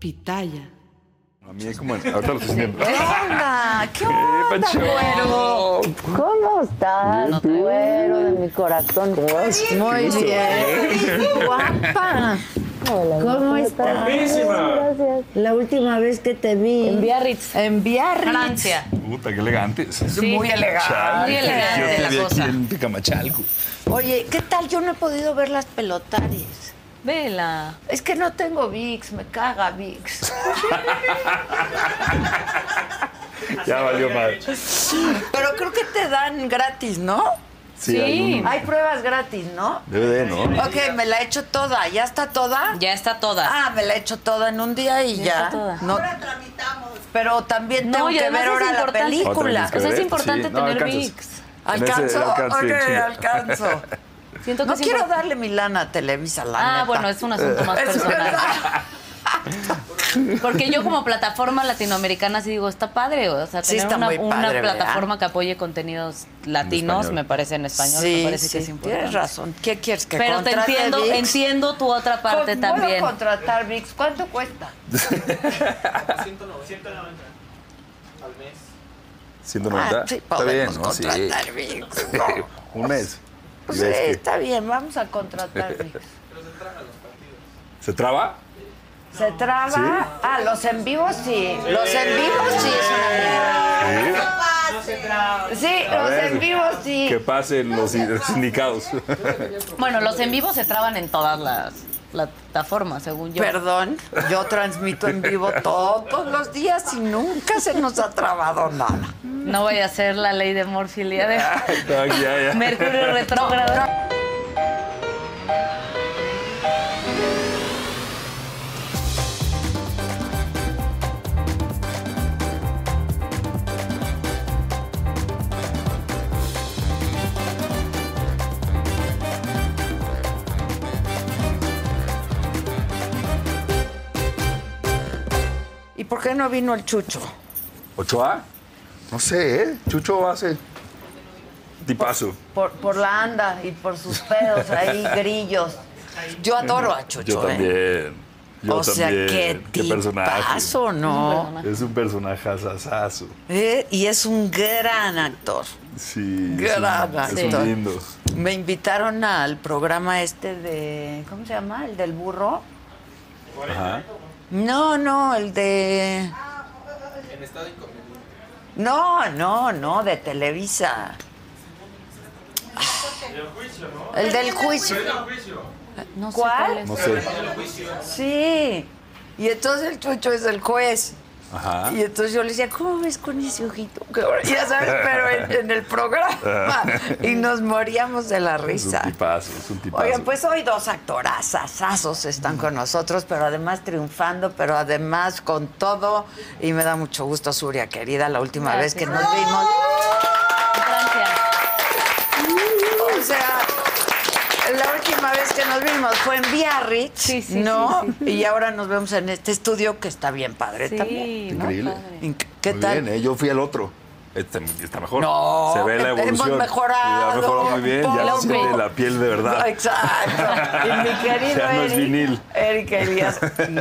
Pitaya. A mí es como. Ahorita lo estoy sintiendo. ¿Qué onda? ¿Qué onda, Pancho. güero? ¿Cómo estás, güero de mi corazón? Muy bien. Guapa. Hola, ¿Cómo estás? Gracias. La última vez que te vi. En Biarritz. En Biarritz. Francia. Puta, qué elegantes. Sí. Muy Chale, elegante. Muy Yo elegante te vi la aquí cosa. en Picamachalco. Oye, ¿qué tal? Yo no he podido ver las pelotaris. Vela. Es que no tengo VIX, me caga VIX. Ya valió mal. Pero creo que te dan gratis, ¿no? Sí. hay un- Hay pruebas gratis, ¿no? Debe de, ¿no? Ok, me la he hecho toda. ¿Ya está toda? Ya está toda. Ah, me la he hecho toda en un día y ya. está toda. No, Pero también No, tengo y que además ver es ahora la importante. película. O sea, es importante tener VIX. VIX. ¿Alcanzo? ok, alcanzo. Siento que No es quiero impor- darle mi lana a Televisa, la Ah, neta. bueno, es un asunto más Es personal. verdad. Porque yo como plataforma latinoamericana sí digo, está padre, o sea, Sí, tener está una, muy una padre, ¿verdad? plataforma que apoye contenidos latinos español. me parece en español, Sí, me parece sí, que es importante. tienes razón. ¿Qué quieres que Pero te contrate entiendo, VIX? entiendo tu otra Con- parte también. ¿Puedo contratar VIX? ¿Cuánto cuesta? 190. Ah, sí, Está bien, podemos ¿no? Sí. contratar VIX. Un mes. Y Pues sí, ves que- está bien, vamos a contratar VIX. ¿Se traba? ¿Se traba? Ah, los en vivos sí. Los en vivos sí es una mierda. Sí. Sí, A los ver, en vivos sí. Que pasen los in- sindicados. Bueno, los en vivo se traban en todas las plataformas, según yo. Perdón, yo transmito en vivo todos los días y nunca se nos ha trabado nada. No vaya a ser la ley de Murphy el día de Ya, ya. Mercurio retrógrado. ¿Y por qué no vino el chucho? ¿Ochoa? No sé, ¿eh? Chucho hace. Tipazo. Por, por la anda y por sus pedos ahí, grillos. Yo adoro a Chucho, Yo ¿eh? también. Yo o sea, también. qué, personaje. tipazo, ¿no? Es un personaje asasazo. ¿Eh? Y es un gran actor. Sí. Gran es un, es actor. un lindo. Me invitaron al programa este de. ¿Cómo se llama? ¿El del burro? Ajá. No, no, el de. En estado No, no, no, de Televisa. El del juicio. No ¿Cuál? Sé No sé. Sí. Y entonces el chucho es el juez. Ajá. Y entonces yo le decía, ¿cómo ves con ese ojito? cabrón?" Ya sabes, pero en, en el programa. Y nos moríamos de la Es un risa. tipazo, es un tipazo. Oigan, pues hoy dos actorazazazos están con nosotros, pero además triunfando, pero además con todo. Y me da mucho gusto, Suria, querida, la última Gracias. vez que nos vimos. Francia. O sea, la última vez que nos vimos fue en Biarritz, Sí, sí, ¿no? sí, sí, Y ahora nos vemos en este estudio que Eh, está bien padre también. Sí, ¿no? Increíble. Padre. Inc- ¿Qué Muy tal? bien, ¿eh? Yo fui al otro. Está, está mejor. No, Se ve la hemos evolución. mejorado Ya mejoró muy bien. Ya un se siente poco. la piel de verdad. Exacto. Y mi querido Ya no es Eric, vinil. Eric Elías,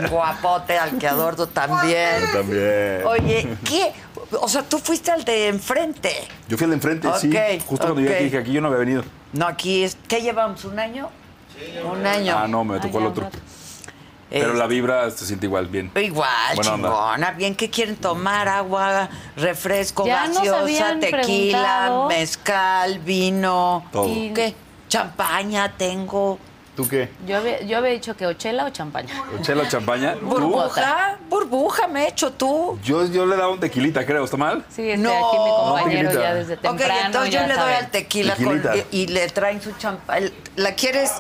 guapote, al que adoro también. Yo también. Oye, ¿qué? O sea, tú fuiste al de enfrente. Yo fui al de enfrente, Ok, sí. Justo cuando llegué ok. aquí dije, aquí yo no había venido. No, aquí es. ¿Qué llevamos? ¿Un año? un año. Ah, no, me tocó Ay, el ya, otro. rato. Pero Eh, la vibra se siente igual, bien. Igual, Buena onda. chingona. Bien, ¿qué quieren tomar? Agua, refresco, Ya nos gaseosa, habían tequila, preguntado. mezcal, vino. Todo. Y- ¿Qué? Champaña tengo. ¿Tú qué? Yo había, yo había dicho que o chela o champaña. ¿Chela o champaña? ¿Tú? ¿Burbuja? ¿Burbuja me he hecho tú? Yo, yo le daba un tequilita, creo. ¿Está mal? Sí, este, No. aquí mi compañero Tequilita. ya desde temprano. ok, entonces yo ya le doy saben. al tequila con- Tequilita. y, y le traen su champaña. ¿La quieres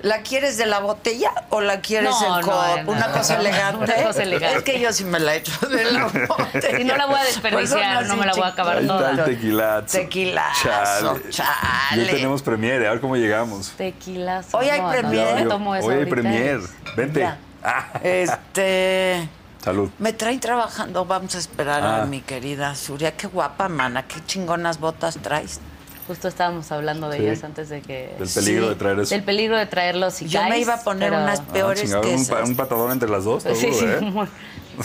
¿La quieres de la botella o la quieres No, en no, copa? no, no, una no, cosa no, elegante. una cosa elegante. Es que yo sí me la echo de la botella. Y no la voy a Pues son desperdiciar, así no me la voy a acabar Ahí está el toda. tequilazo. Tequilazo, chale. Ya tenemos premiere, a ver cómo llegamos. Tequilazo. Hoy hay no, no, premier. no, Ya, yo yo- tomo eso Hoy hay ahorita. ¿eh? premier. Vente. Ya. Ah, Este. salud. Me traen trabajando, vamos a esperar a Ah. mi querida Zuria. Qué guapa, mana, qué chingonas botas traes. Justo estábamos hablando de Sí. ellos antes de que... Del peligro Sí. de traer eso. Del peligro de traerlos y Yo me iba a poner unas Ah, peores chingado, que un, pa- esas. un patadón entre las dos, pues Sí, seguro, sí, ¿eh? muy-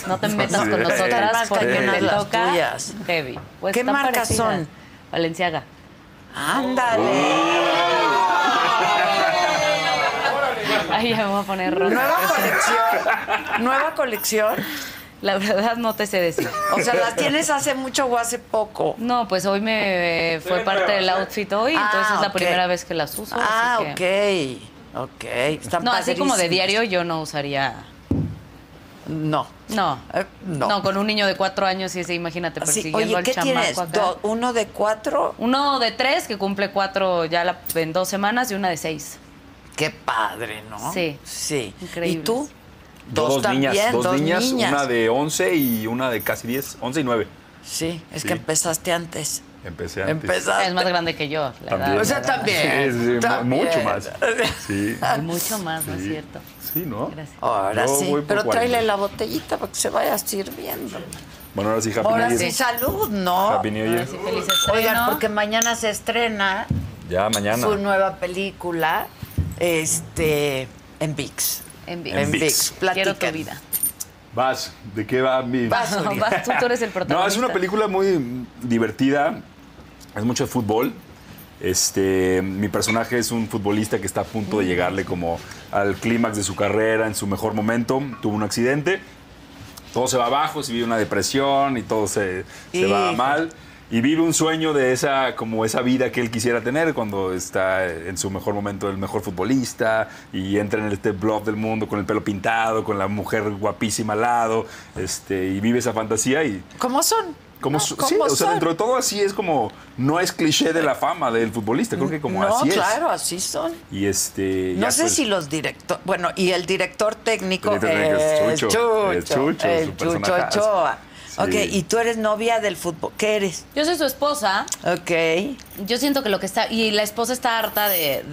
No te Sí, metas con sí. nosotras Más porque cañonas nos las toca tuyas. heavy. Pues ¿Qué están marcas parecidas. son? Valenciaga. Ándale. Ay, ya me voy a poner roja. Nueva colección. Nueva colección. La verdad no te sé decir. O sea, ¿las tienes hace mucho o hace poco? No, pues hoy me eh, fue parte del outfit hoy, Ah, entonces es la ok. primera vez que las uso. ah, así que- ok. Ok. Están No, así como de padrísimas. diario yo no usaría. No. No. Eh, no. con un niño de cuatro años y ese, imagínate, Así, persiguiendo oye, al ¿qué chamaco tienes? acá. Do- ¿Uno de cuatro? Uno de tres que cumple cuatro ya la- en dos semanas y una de seis. Qué padre, ¿no? Sí. Sí. Increíbles. ¿Y tú? Yo dos niñas, también, dos, niñas, una de 11 y una de casi 10, 11 y 9. Sí, es Sí. que empezaste antes. Empecé antes. Empezaste. Es más grande que yo, la También. verdad. Ah, O sea, también. Sí, sí, mu- también. mucho más. Sí. Y Mucho más, ¿no es Sí. cierto? Sí, ¿no? Gracias. Ahora Yo sí. voy por Pero cuarenta. tráele la botellita para que se vaya sirviendo. Bueno, ahora sí, Happy Ahora New sí, Year. salud, ¿no? Happy New Year. Ahora sí, feliz Oigan, estreno. porque mañana se estrena Ya, mañana. su nueva película este, en VIX. En vivo. En En VIX. VIX. Quiero tu Platiquen. vida. Vas, ¿de qué va mi...? Vas, No, vas tú, tú eres el protagonista. No, es una película muy divertida. Es mucho fútbol. Este, mi personaje es un futbolista que está a punto Mm. de llegarle como al clímax de su carrera, en su mejor momento. Tuvo un accidente, todo se va abajo, se vive una depresión y todo se, se va Hijo. mal. Y vive un sueño de esa, como esa vida que él quisiera tener cuando está en su mejor momento, el mejor futbolista, y entra en este blog del mundo con el pelo pintado, con la mujer guapísima al lado, este, y vive esa fantasía y ¿Cómo son? como No, su- Ah, ¿cómo sí, o sea, son? dentro de todo así es como no es cliché de la fama del futbolista, creo que como no, así es. claro, así son. Y este No ya, sé pues, si los directores. Bueno, y el director técnico El director técnico es es Chucho. Chucho, es Chucho, el su Chucho personajazo. Ochoa. Sí. Ok, y tú eres novia del fútbol. ¿Qué eres? Yo soy su esposa. Ok. Yo siento que lo que está. Y la esposa está harta de,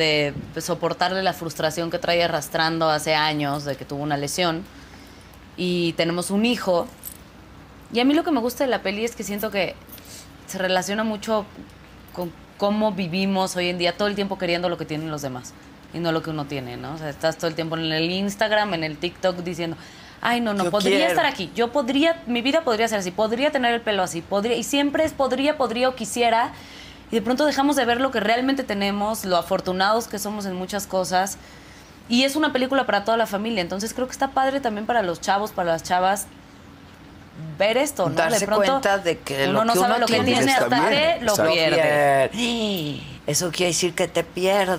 de soportarle la frustración que trae arrastrando hace años de que tuvo una lesión. Y tenemos un hijo. Y a mí lo que me gusta de la peli es que siento que se relaciona mucho con cómo vivimos hoy en día, todo el tiempo queriendo lo que tienen los demás y no lo que uno tiene, ¿no? O sea, estás todo el tiempo en el Instagram, en el TikTok diciendo, ay, no, no, Yo podría quiero". estar aquí, yo podría, mi vida podría ser así, podría tener el pelo así, podría, y siempre es podría, podría o quisiera, y de pronto dejamos de ver lo que realmente tenemos, lo afortunados que somos en muchas cosas, y es una película para toda la familia, entonces creo que está padre también para los chavos, para las chavas, ver esto, ¿no? Darse de pronto, cuenta de que uno lo no que sabe uno lo que tiene tiene, está bien, hasta que lo exacto. pierde. Pierde. Eso quiere decir que te pierde.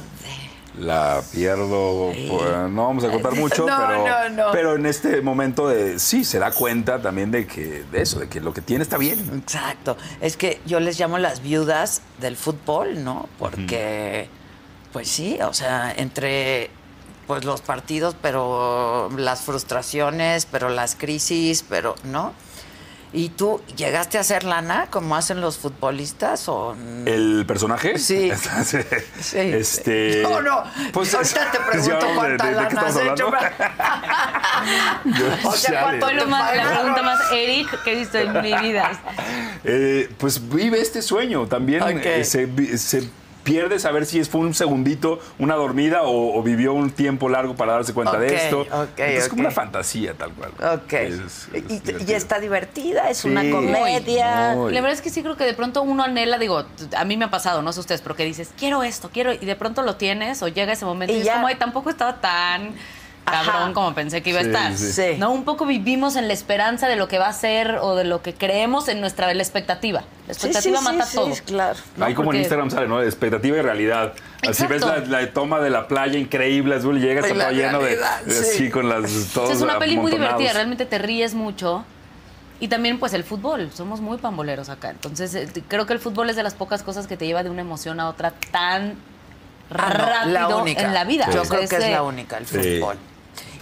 la pierdo, pues, no vamos a contar mucho, No, pero no, no. pero en este momento de sí se da cuenta también de que de eso, de que lo que tiene está bien. Exacto. Es que yo les llamo las viudas del fútbol, ¿no? Porque, pues sí, o sea, entre pues los partidos, pero las frustraciones, pero las crisis, pero, ¿no? ¿Y tú llegaste a hacer lana como hacen los futbolistas o n- ¿El personaje? Sí. Entonces, Sí. Este. No, no. Ahorita te pregunto ya, cuánta ¿de- de qué lana has estamos hecho? hablando? Yo- O sea, chale. ¿cuánto Fue lo más- la pregunta más Eric que he visto en mi vida. Eh, pues vive este sueño también. Ok. eh, se, vi- se pierde saber si es- fue un segundito, una dormida o, o vivió un tiempo largo para darse cuenta Ok, de esto. ok, es como ok. una fantasía tal cual. Ok. Es- es y, y divertido. está divertida, es una Sí. comedia. Muy. La verdad es que sí creo que de pronto uno anhela, digo, t- a mí me ha pasado, no sé ustedes, pero que dices, quiero esto, quiero, y de pronto lo tienes o llega ese momento Y y, es ya. como, ay, tampoco estaba tan Ajá. cabrón como pensé que iba a Sí, estar. sí. Sí. No, un poco vivimos en la esperanza de lo que va a ser o de lo que creemos en nuestra la expectativa. La expectativa mata todo. claro. No, Ahí como en porque- Instagram sale, ¿no? De expectativa y realidad. Así ves Exacto. la, la toma de la playa increíble, azul, y llegas Y está la todo lleno de... realidad, sí. Así con las... O Todos sea, es una peli muy amontonados. divertida, realmente te ríes mucho. Y también pues el fútbol, somos muy pamboleros acá. Entonces eh, creo que el fútbol es de las pocas cosas que te lleva de una emoción a otra tan Ah, no, rápido la única. en la vida. Yo O sea, creo que es ese- la única, el Sí. fútbol.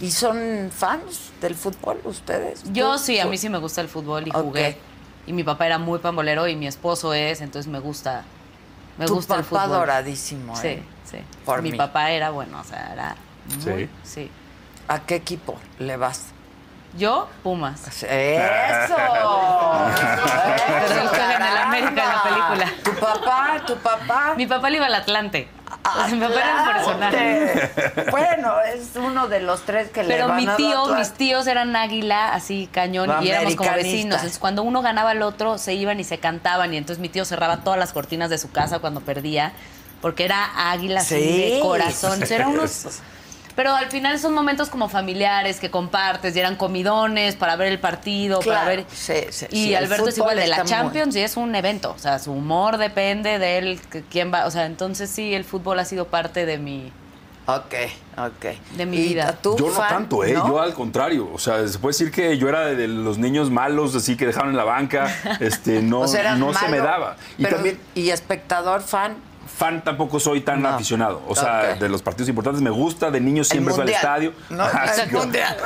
¿Y son fans del fútbol ustedes? Yo ¿Tú? sí, a ¿Tú? mí sí me gusta el fútbol y Ok. jugué. Y mi papá era muy pambolero y mi esposo es, entonces me gusta. Me Tu gusta el papá fútbol. doradísimo, Sí, ¿eh? sí. Por mi mí. papá era bueno, o sea, era muy, Sí. sí. ¿A qué equipo le vas? Yo, Pumas. ¡Eso! ¡Eso! Pero él juega en el caramba! América en la película. ¿Tu papá? ¿Tu papá? Mi papá le iba al Atlante. O sea, mi papá era el personal. Atlante. Bueno, es uno de los tres que le Pero van mi a tío, Atlante. mis tíos eran águila, así cañón, y éramos como Americanistas. vecinos. Entonces, cuando uno ganaba al otro, se iban y se cantaban. Y entonces mi tío cerraba todas las cortinas de su casa cuando perdía, porque era águila así Sí. de corazón. Entonces, era unos. Pero al final son momentos como familiares que compartes, y eran comidones para ver el partido, Claro, para ver. sí, sí, y sí, el Alberto es fútbol igual de la está muy- Champions y es un evento. O sea, su humor depende de él, que- quién va. O sea, entonces sí, el fútbol ha sido parte de mi. Ok, ok. De mi ¿Y vida. tú, Yo no fan, tanto, ¿eh? no? Yo al contrario. O sea, se puede decir que yo era de, de los niños malos, así que dejaron en la banca. Este, no O sea, eras no se me malo, daba. Y pero- también y espectador, fan, fan tampoco soy tan No. aficionado. O sea, Ok. de los partidos importantes me gusta. De niño siempre El fui al estadio. mundial. No, Ajá, es el yo- mundial.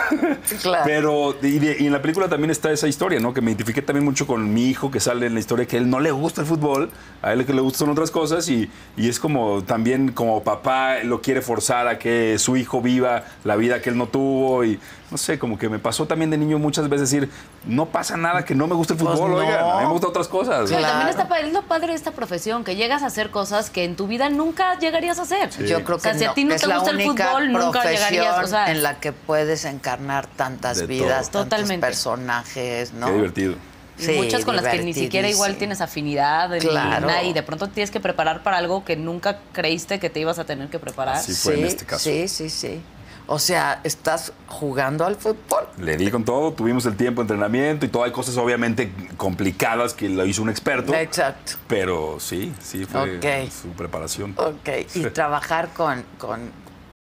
Claro. Pero, y, de- y en la película también está esa historia, ¿no? Que me identifiqué también mucho con mi hijo que sale en la historia que él no le gusta el fútbol, a él lo que le gustan son otras cosas y, y es como también como papá lo quiere forzar a que su hijo viva la vida que él no tuvo y no sé, como que me pasó también de niño muchas veces decir, no pasa nada que no me guste el Pues fútbol, no. oigan, a mí me gustan otras cosas. Pero Claro. también está pa- es lo padre de esta profesión, que llegas a hacer cosas que en tu vida nunca llegarías a hacer. Yo creo que O sea, si a no, ti no es te la gusta el única fútbol, nunca profesión llegarías. O sea, en la que puedes encarnar tantas De vidas, todo. tantos Totalmente. personajes, ¿no? Qué divertido. y muchas con las que ni siquiera igual tienes afinidad ni Claro. nada, y de pronto tienes que preparar para algo que nunca creíste que te ibas a tener que preparar. Así. Sí, Sí, fue en este caso. sí, sí, sí. O sea, estás jugando al fútbol. Le di con todo, tuvimos el tiempo, entrenamiento y todo. Hay cosas obviamente complicadas que lo hizo un experto, Exacto. pero sí, sí, fue Ok. su preparación. Ok, y trabajar con, con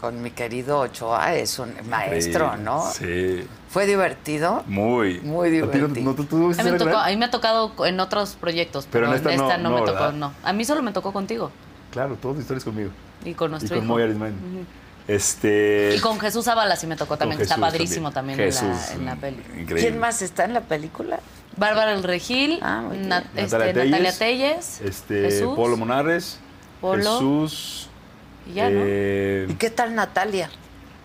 con mi querido Ochoa, es un maestro, Sí, ¿no? Sí, Fue divertido. muy. Muy ¿A ti no- divertido. ¿No te tuviste A mí, me esa tocó- gran- a mí me ha tocado en otros proyectos, pero, en esta, no, me ¿verdad? tocó, no. A mí solo me tocó contigo Claro, todas las historias conmigo. y Y con nuestro con hijo. Moy Arismendi. Este. Y con Jesús Ábala sí me tocó también, que está Jesús padrísimo también, en, la, Jesús, en la peli. Increíble. ¿Quién más está en la película? Bárbara El Regil, Ah, muy bien. Nat- este, Natalia Natalia, Telles, Telles, Este, Jesús, Polo Monarres. Polo, Jesús. y ya, ¿no? eh, ¿Y qué tal Natalia?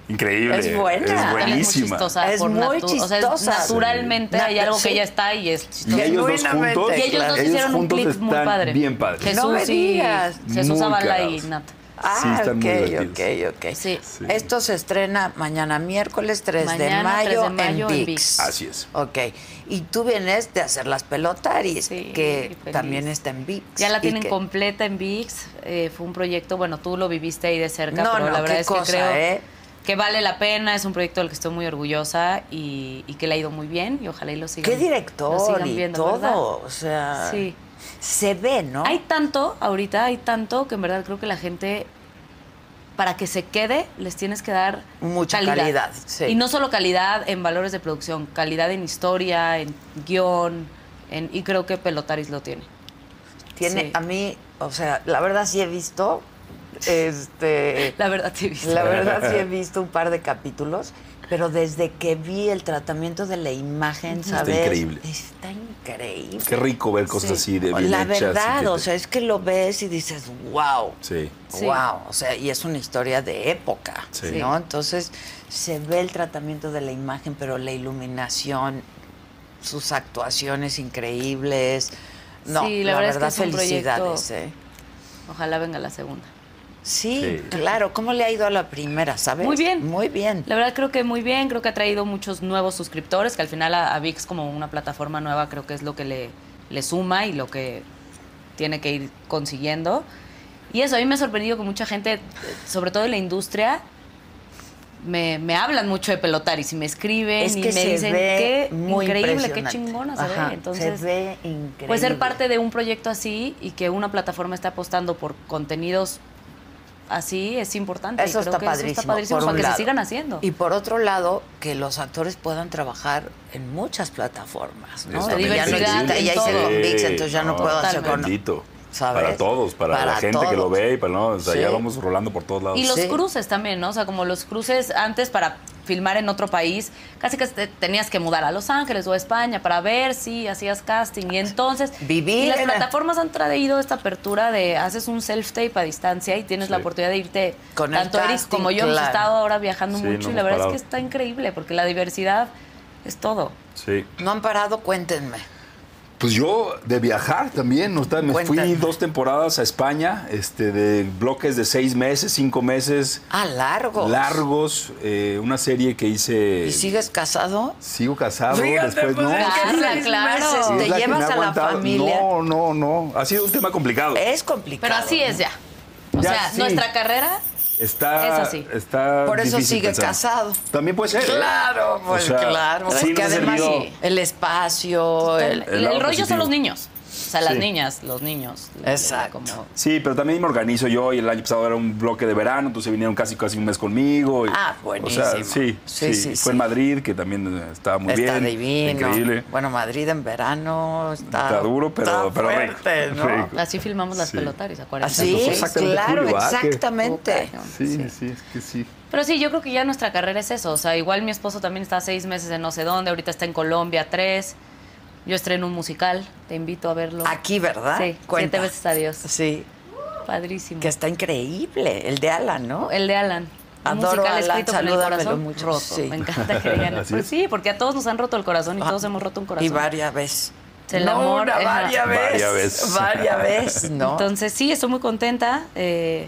Increíble. Es buena. También es Es muy buenísima. Ah, También Es muy chistosa. Es por muy natu- o sea, es chistosa. naturalmente hay Nat- algo sí. que ella está y es y chistosa. ellos dos Genuinamente, juntos. claro. Y ellos dos hicieron un juntos click muy están padre. Bien padre. Jesús No me y digas. Jesús Muy Zavala y cagados. Nat. Ah, Sí, están muy ok, divertidos. ok, ok. Sí. Sí. Esto se estrena mañana miércoles 3 de Mañana, mayo, 3 de mayo en en VIX. ViX. Así es. Ok. Y tú vienes de hacer las pelotaris, Sí, que feliz. también está en VIX. Ya la y tienen que- completa en VIX. eh, fue un proyecto, bueno, tú lo viviste ahí de cerca, No, pero no, la qué verdad es que cosa, creo ¿eh? que vale la pena. Es un proyecto del que estoy muy orgullosa y, y que le ha ido muy bien y ojalá y lo sigan. Qué lo director sigan y viendo, todo. ¿verdad? O sea, Sí. se ve, ¿no? Hay tanto, ahorita hay tanto que en verdad creo que la gente, para que se quede, les tienes que dar Mucha calidad, sí. Y no solo calidad en valores de producción, calidad en historia, en guión, en, y creo que Pelotaris lo tiene. Tiene sí. a mí, o sea, la verdad sí he visto, este, La verdad, sí, viste. la verdad sí he visto un par de capítulos, pero desde que vi el tratamiento de la imagen, Está ¿sabes? increíble. Está increíble. Qué rico ver cosas así de bien la hechas y verdad, que o te- sea, es que lo ves y dices, wow. Sí. Sí. Wow, o sea, y es una historia de época, Sí. ¿no? Entonces se ve el tratamiento de la imagen, pero la iluminación, sus actuaciones increíbles. No, Sí, la, la verdad es que verdad, es un felicidades, proyecto- ¿eh? Ojalá venga la segunda. Sí, Sí. claro. ¿Cómo le ha ido a la primera, sabes? Muy bien. Muy bien. La verdad creo que muy bien, creo que ha traído muchos nuevos suscriptores, que al final a, a VIX como una plataforma nueva creo que es lo que le, le suma y lo que tiene que ir consiguiendo. Y eso, a mí me ha sorprendido que mucha gente, sobre todo en la industria, me, me hablan mucho de pelotaris y me escriben Es y que me se dicen ve qué muy increíble, qué impresionante. chingona se Ajá, ve. Entonces, se ve increíble. pues ser parte de un proyecto así y que una plataforma está apostando por contenidos así es importante. y Eso creo está que padrísimo. Eso está padrísimo por para un que lado. se sigan haciendo. Y por otro lado, que los actores puedan trabajar en muchas plataformas. ¿no? Ya no Eso De también es diversidad, existe, increíble. ya en todo. hice con VIX, entonces ya no, puedo hacer Totalmente. con. Bendito. ¿sabes? Para todos, para, Para la gente que lo todos. ve y para no, o sea, Sí. ya vamos rolando por todos lados. Y los Sí. cruces también, ¿no? O sea, como los cruces antes para filmar en otro país, casi que te tenías que mudar a Los Ángeles o a España para ver si hacías casting. Y entonces, Vivir y las en la- plataformas han traído esta apertura de haces un self-tape a distancia y tienes la Sí. oportunidad de irte. Con el Tanto Eric casting, como yo hemos claro. estado ahora viajando Sí, mucho no y la hemos verdad parado. es que está increíble porque la diversidad es todo. Sí. No han parado, cuéntenme. Pues yo de viajar también, ¿no? Está- me Cuéntame. fui dos temporadas a España, este, de bloques de seis meses, cinco meses, Ah, largo. largos, eh, una serie que hice. ¿Y sigues casado? Sigo casado, Fíjate, después no. pues, es que Claro, seis claro. meses, Y es Te la que me llevas ha a la aguantado. familia. No, no, no. Ha sido un tema complicado. Es complicado. Pero así es ya. O Ya, sea, sí. nuestra carrera Está, es así. está Por eso difícil sigue pensar. casado. También puede ser. ¿eh? Claro, O pues sea, claro. sí que nos ha además servido. sí. el espacio, El, el- el lado el rollo son positivo. los niños. O sea, las Sí. niñas, los niños. Exacto. Como- Sí, pero también me organizo yo y el año pasado era un bloque de verano, entonces vinieron casi casi un mes conmigo. y- Ah, buenísimo. O sea, sí, Sí, sí, sí, Fue sí. en Madrid, que también eh, estaba muy está bien. divino. Increíble. Bueno, Madrid en verano está, Está duro, pero- está pero rico, fuerte, ¿no? rico. Así filmamos las Sí. pelotaris, ¿a cuarenta Así, minutos. Entonces, exactamente claro, Julio, ¿ah? Que- exactamente. Puta, Sí, sí, es que sí. Pero sí, yo creo que ya nuestra carrera es eso. O sea, igual mi esposo también está seis meses en no sé dónde, ahorita está en Colombia, tres. Yo estreno un musical, te invito a verlo. Aquí, ¿verdad? Sí, Cuenta. siete veces adiós. Sí, Padrísimo. que está increíble, el de Alan, ¿no? El de Alan. Un Adoro musical a Alan, escrito con el salúdamelo corazón mucho. roto. Sí. Ah, Me encanta que digan eso. Así Pues es. sí, porque a todos nos han roto el corazón y todos hemos roto un corazón. Y varias veces. El no, amor, una, ajá. varias veces. Varias veces. Varias veces, ¿no? Entonces, sí, estoy muy contenta. Eh,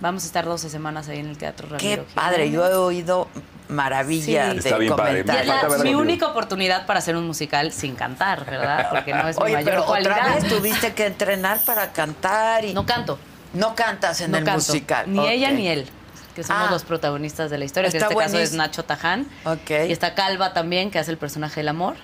vamos a estar 12 semanas ahí en el Teatro Qué Ramiro. padre, yo he oído maravillas Sí. de Está bien padre, me Y es comentarios. la- falta verlo mi contigo. única oportunidad para hacer un musical sin cantar, ¿verdad? Porque no es mi Oye, mayor pero cualidad. otra vez tuviste que entrenar para cantar y No canto, no cantas en no el canto. musical. Ni Ok. ella ni él, que somos Ah. los protagonistas de la historia, que en Está este caso es buenísimo. Nacho Taján. Ok. Y está Calva también, que hace el personaje del amor.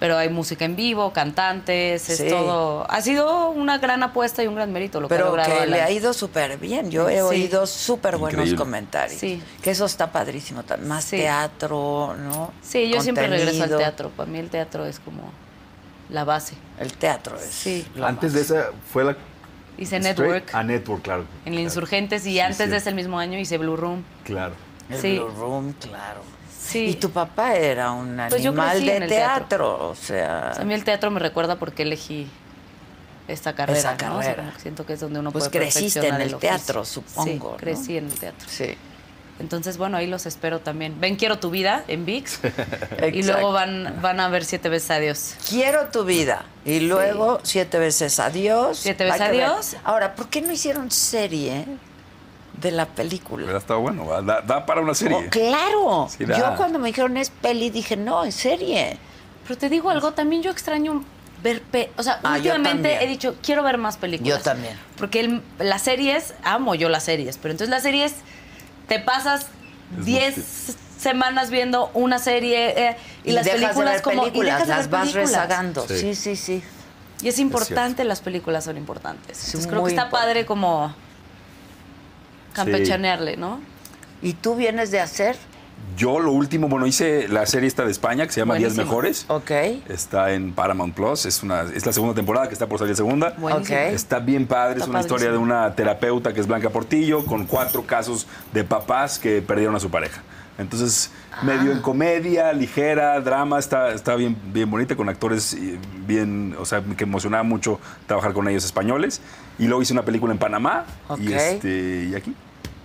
Pero hay música en vivo, cantantes, Sí. es todo. Ha sido una gran apuesta y un gran mérito lo que ha Pero logrado que le Alan. ha ido súper bien. Yo he Sí. oído súper buenos Increíble. comentarios. Sí. Que eso está padrísimo. también. Más Sí. teatro, ¿no? Sí, yo siempre regreso al Contenido. teatro. Para mí el teatro es como la base. El teatro es. Sí. lo Antes más. de esa fue la. Hice Straight Network A Network, claro. en la Insurgentes y Sí, antes de sí. ese el mismo año hice Blue Room. Claro. El Sí. Blue Room, claro. Sí. Y tu papá era un animal Pues yo crecí de en el teatro, teatro. o sea. O sea, a mí el teatro me recuerda por qué elegí esta carrera. Esa ¿no? O sea, carrera. como que siento que es donde uno Pues puede creciste en perfeccionar el oficio. teatro, supongo, Sí, ¿no? crecí en el teatro. Sí. Entonces, bueno, ahí los espero también. Ven Quiero tu vida en VIX y Exacto. luego van, van a ver Siete veces Adiós. Quiero tu vida. Y luego, siete veces adiós. Siete veces Hay que ver. adiós. Ahora, ¿por qué no hicieron serie de la película? Pero está bueno, va, da, da para una serie. Oh, claro. Sí, da. yo cuando me dijeron es peli, dije, no, es serie. Pero te digo algo, también yo extraño ver... pe- o sea, Ah, yo también. últimamente he dicho, quiero ver más películas. Yo también. Porque el- las series, amo yo las series, pero entonces las series te pasas Es 10 semanas viendo una serie eh, y, las dejas de películas ver como... películas, dejas de las ver vas películas. rezagando. Sí. Sí, sí, sí. Y es importante, cierto. las películas son importantes. Sí, Entonces creo muy que está importante. padre como campechanearle, ¿no? ¿Y tú vienes de hacer? Yo lo último, bueno, hice la serie esta de España que se llama Días Buenísimo. Mejores. Ok. Está en Paramount Plus, es, una, es la segunda temporada que está por salir segunda. Buenísimo. Ok. Está bien padre, Está es una padrísimo. historia de una terapeuta que es Blanca Portillo, con cuatro casos de papás que perdieron a su pareja. Entonces, Ah. medio en comedia, ligera, drama, está, está bien, bien bonita, con actores eh, bien, o sea, que emocionaba mucho trabajar con ellos españoles. Y luego hice una película en Panamá Ok. y, este, y aquí.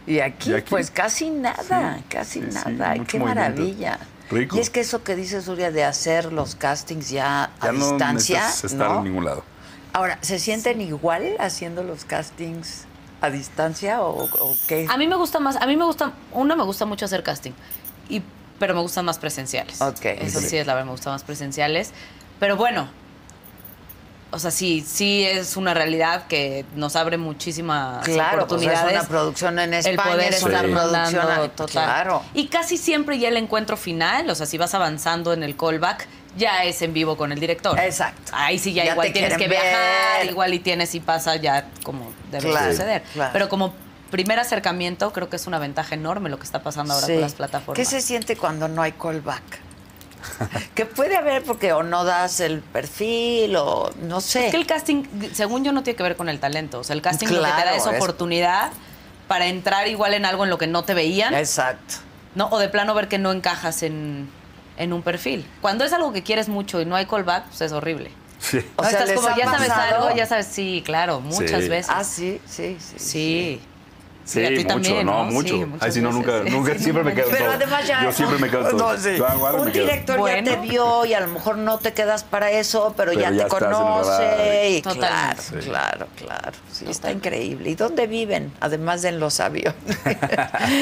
Y aquí, Y aquí. pues casi nada, Sí, casi sí, sí, nada. Ay, mucho qué movimiento. maravilla. Rico. Y es que eso que dice Suria de hacer los castings ya, a Ya no distancia, necesitas estar ¿no? en ningún lado. Ahora, ¿se sienten igual haciendo los castings a distancia o, o qué? A mí me gusta más, a mí me gusta, uno me gusta mucho hacer casting, y, pero me gustan más presenciales. Ok. Eso sí es la verdad, me gustan más presenciales. Pero bueno, o sea, sí, sí es una realidad que nos abre muchísimas Claro, pues, oportunidades. es una producción en España, el poder es estar una Sí. producción mandando, total. total. Claro. Y casi siempre ya el encuentro final, o sea, si vas avanzando en el callback, ya es en vivo con el director. Exacto. Ahí sí ya, Ya igual te tienes que quieren viajar, ver. igual y tienes y pasa ya como debe Claro, suceder. claro. Pero como primer acercamiento, creo que es una ventaja enorme lo que está pasando ahora Sí. con las plataformas. ¿Qué se siente cuando no hay callback? que puede haber porque o no das el perfil o no sé. Es que el casting, según yo, no tiene que ver con el talento. O sea, el casting lo que te Claro, da es es- oportunidad para entrar igual en algo en lo que no te veían, Exacto. ¿no? O de plano ver que no encajas en, en un perfil. Cuando es algo que quieres mucho y no hay callback, pues es horrible. Sí. O No, sea, estás ¿les como, ha ya sabes pasado? algo, ya sabes, sí, claro, muchas Sí. veces. Ah, sí, sí, sí. sí. Sí, Y a ti mucho, también, no, ¿no? Sí, mucho. muchas Ay, si no, veces, nunca, sí. nunca, Sí, siempre me quedo Pero todo. además ya. Yo siempre me quedo todo. No, sí. Yo hago algo y Un me quedo. director ya Bueno. te vio y a lo mejor no te quedas para eso, pero, Pero ya, ya te estás en el radar. conoce. y claro, Totalmente. Sí. claro, claro. Sí, está increíble. ¿Y dónde viven? Además de en los aviones.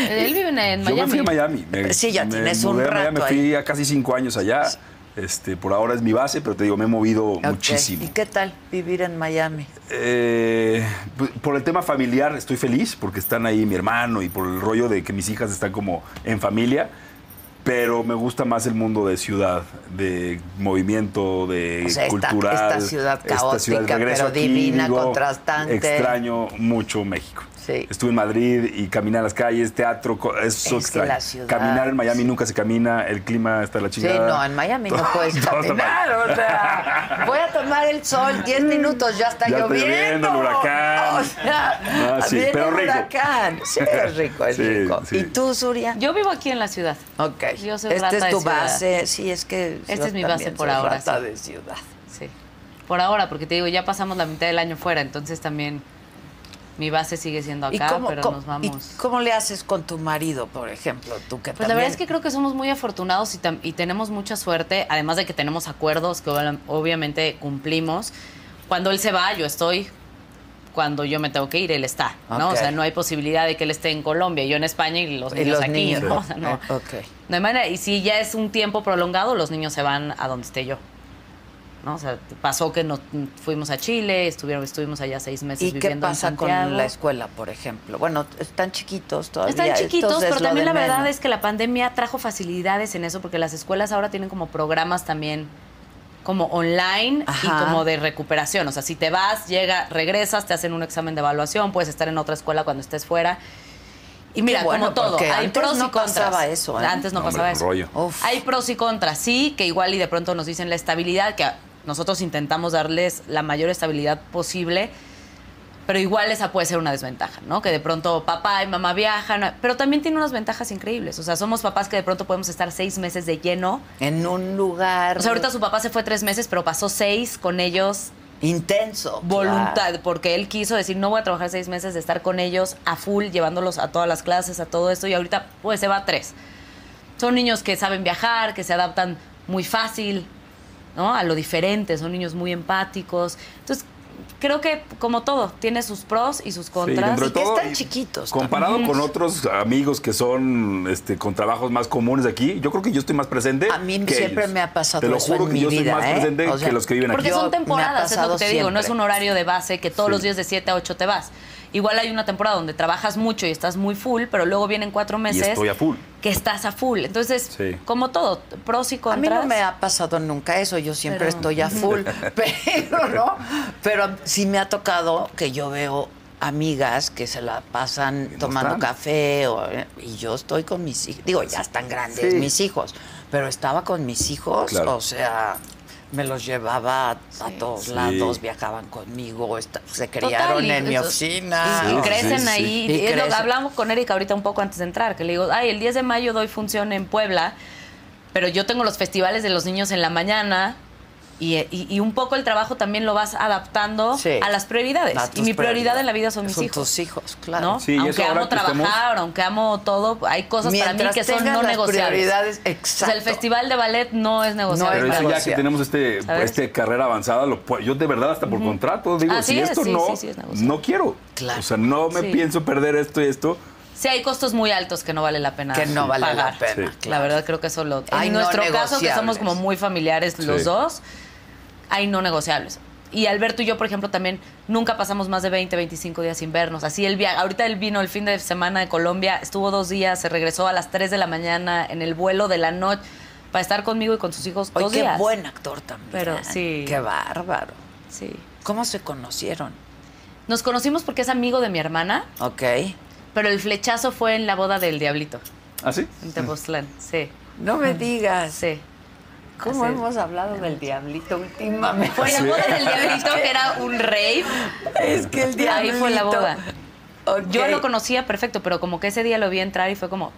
Él vive en, en Yo Miami. me fui a Miami. Me- Sí, ya me tienes un mudé a Miami, rato Me fui a casi cinco años allá. Este, por ahora es mi base, pero te digo, me he movido Ok. muchísimo. ¿Y qué tal vivir en Miami? Eh, p- por el tema familiar estoy feliz porque están ahí mi hermano y por el rollo de que mis hijas están como en familia, pero me gusta más el mundo de ciudad, de movimiento, de O sea, esta- cultural. esta ciudad caótica, pero divina, contrastante. Extraño mucho México. Sí. Estuve en Madrid y caminé a las calles, teatro, co- Es eso que extraño. la ciudad, Caminar en Miami nunca se camina, el clima está la Sí, chingada. no, en Miami no Todo- puedes todo está caminar, mal. o sea, voy a tomar el sol 10 minutos, ya está Ya está lloviendo. lloviendo, el huracán. O sea, Ah, sí, viene pero el rico. huracán. Sí, es rico, es Sí, rico. sí. ¿Y tú, Suria? Yo vivo aquí en la ciudad. Ok. Yo soy Esta rata es de tu ciudad. base. Sí, es que. Esta yo es mi base también por soy ahora, Rata sí. de ciudad. Sí. Por ahora, porque te digo, ya pasamos la mitad del año fuera, entonces también mi base sigue siendo acá, pero nos y vamos. cómo le haces con tu marido, por ejemplo? Tú que Pues la verdad es que creo que somos muy afortunados y, tam- y tenemos mucha suerte, además de que tenemos acuerdos que obla- obviamente cumplimos. Cuando él se va, yo estoy. Cuando yo me tengo que ir, él está, ¿no? Ok. O sea, no hay posibilidad de que él esté en Colombia, y yo en España y los Y niños los aquí, niños, ¿no? O sea, no. eh, ok. No hay manera. Y si ya es un tiempo prolongado, los niños se van a donde esté yo. ¿No? O sea, pasó que nos fuimos a Chile, estuvieron, estuvimos allá seis meses ¿Y qué viviendo en pasa con Santiago. la escuela, por ejemplo? Bueno, están chiquitos todavía. Están chiquitos, entonces pero es lo también de la verdad menos. es que la pandemia trajo facilidades en eso, porque las escuelas ahora tienen como programas también como online Ajá. y como de recuperación. O sea, si te vas, llega, regresas, te hacen un examen de evaluación, puedes estar en otra escuela cuando estés fuera. Y mira, bueno, como todo, porque hay antes pros no y contras. pasaba eso, ¿eh? Antes no, No, hombre, pasaba un eso. rollo. Uf. Hay pros y contras, sí, que igual y de pronto nos dicen la estabilidad, que a- nosotros intentamos darles la mayor estabilidad posible, pero igual esa puede ser una desventaja, ¿no? Que de pronto papá y mamá viajan, pero también tiene unas ventajas increíbles. O sea, somos papás que de pronto podemos estar seis meses de lleno. En un lugar O sea, ahorita su papá se fue tres meses, pero pasó seis con ellos intenso. voluntad, claro. porque él quiso decir, no voy a trabajar seis meses de estar con ellos a full, llevándolos a todas las clases, a todo esto, y ahorita pues se va a tres. Son niños que saben viajar, que se adaptan muy fácil, ¿no? A lo diferente, son niños muy empáticos. Entonces, creo que como todo, tiene sus pros y sus Sí, contras. dentro de Y que todo, están y Pues chiquitos Comparado con otros amigos que son este, con trabajos más comunes aquí, yo creo que yo estoy más presente. A mí que siempre ellos. me ha pasado Te lo eso juro en que mi yo vida, soy más ¿eh? presente O sea, que los que viven aquí. Porque Yo- son me ha temporadas, es lo pasado que te digo, no es siempre. un horario de base que todos Sí. los días de 7 a 8 te vas. Igual hay una temporada donde trabajas mucho y estás muy full, pero luego vienen cuatro meses estoy a full. que estás a full. Entonces, Sí. como todo, pros y A mí contras. no me ha pasado nunca eso, yo siempre Pero- estoy a full, pero no, pero sí me ha tocado que yo veo amigas que se la pasan no tomando están. café o- eh, y yo estoy con mis hijos, digo, ya están grandes Sí. mis hijos, pero estaba con mis hijos, Claro. o sea, me los llevaba a, a todos Sí. lados, viajaban conmigo, esta- se Total, criaron y- en mi eso- oficina. Y, y o sea, crecen sí, sí. ahí. Y Es lo que crecen. hablamos con Erika ahorita un poco antes de entrar, que le digo, ay, el 10 de mayo doy función en Puebla, pero yo tengo los festivales de los niños en la mañana. Y, y- y un poco el trabajo también lo vas adaptando Sí. a las prioridades. A y tus mi prioridad prioridades. en la vida son mis Son hijos. tus hijos, claro. ¿no? Sí, y aunque eso ahora amo que trabajar, estamos- aunque amo todo, hay cosas para mí que son tengas no las negociables. prioridades, O sea, exacto. el festival de ballet no es negociable. Pero es para eso mí. ya negociar. que tenemos este, ¿Sabes? este carrera avanzada, lo pu- yo de verdad hasta por contrato digo, Así si es, esto sí, no, sí, sí, es negociable. no quiero. Claro. O sea, no me Sí. pienso perder esto y esto. Sí, hay costos muy altos que no vale la pena. que no vale pagar. la pena. Sí. La verdad creo que eso lo... En Hay no nuestro caso, que negociables. somos como muy familiares los Sí. dos, hay no negociables. y Alberto y yo, por ejemplo, también nunca pasamos más de 20, 25 días sin vernos. Así él viaja. Ahorita él vino el fin de semana de Colombia, estuvo dos días, se regresó a las 3 de la mañana en el vuelo de la noche para estar conmigo y con sus hijos Oye, dos qué días. buen actor también. Pero sí. Qué bárbaro. Sí. ¿Cómo se conocieron? Nos conocimos porque es amigo de mi hermana, Ok. pero el flechazo fue en la boda del Diablito, ¿Ah, sí? en Tepoztlán. Sí, No me digas. Mm. sí. ¿Cómo Así. hemos hablado del diablito últimamente? Fue la boda del Diablito, que era un rave. Es que el diablito. Ahí fue la boda. Ok. Yo lo conocía perfecto, pero como que ese día lo vi entrar y fue como,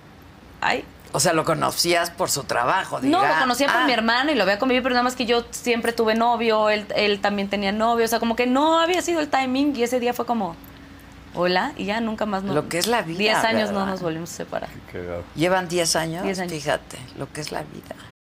ay. O sea, lo conocías por su trabajo, No, diga. lo conocía por Ah, mi hermana y lo había convivido, pero nada más que yo siempre tuve novio, él, él también tenía novio, o sea, como que no había sido el timing y ese día fue como, hola, y ya nunca más no. Lo que es la vida, Diez años ¿verdad? no nos volvimos a separar. Cagado. Llevan 10 años, 10 años. Fíjate, lo que es la vida.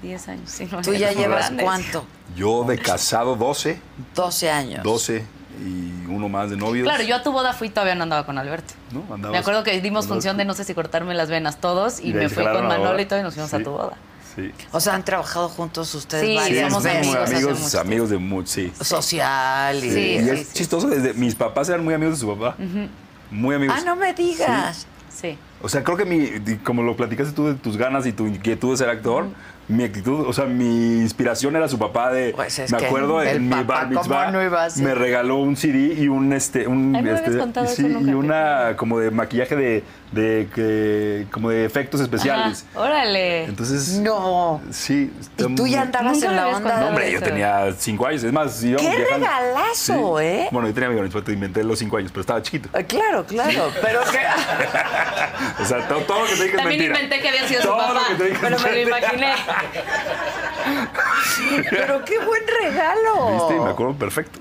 Diez años. sí, no ¿Tú había ya sido llevas grande. cuánto? Yo de casado 12, 12 años. 12 y uno más de novios. Claro, yo a tu boda fui, todavía no andaba con Alberto. No, andabas- me acuerdo que dimos andabas- función de no sé si cortarme las venas todos y, Y de ahí me se fui con jalaron a la Manolo boda. y todo y nos fuimos a Sí. tu boda. Sí. O sea, han trabajado juntos ustedes Sí, Sí, varias somos veces. amigos, hace amigos, mucho amigos de muchos, sí. Social y... Sí, y sí, es sí. chistoso, desde, mis papás eran muy amigos de su papá. Muy amigos. Ah, no me digas. Sí. O sea, creo que mi, di- como lo platicaste tú de tus ganas y tu inquietud de ser actor, mi actitud, o sea, mi inspiración era su papá de, Pues es me que acuerdo, el en mi papá, bar ¿cómo mitzvah, no iba a ser? me regaló un CD y un, este, un, Ay, no me este, habías contado eso sí, nunca, y qué una como de maquillaje de, de que- como de efectos especiales. Ajá, órale. Entonces, No. sí. está Y tú ya muy- andabas Nunca en me la habías onda. contado No, hombre, yo Eso. tenía cinco años. Es más, yo. Ah, ¡Qué regalazo, eh! Bueno, yo tenía mi te inventé los cinco años, pero estaba chiquito. Ah, Claro, claro, pero que... O sea, to- todo, lo que te dije es También mentira. inventé que había sido su Todo papá, lo que te dije es pero me lo mentira. imaginé. Pero qué buen regalo. ¿Viste? Y me acuerdo perfecto.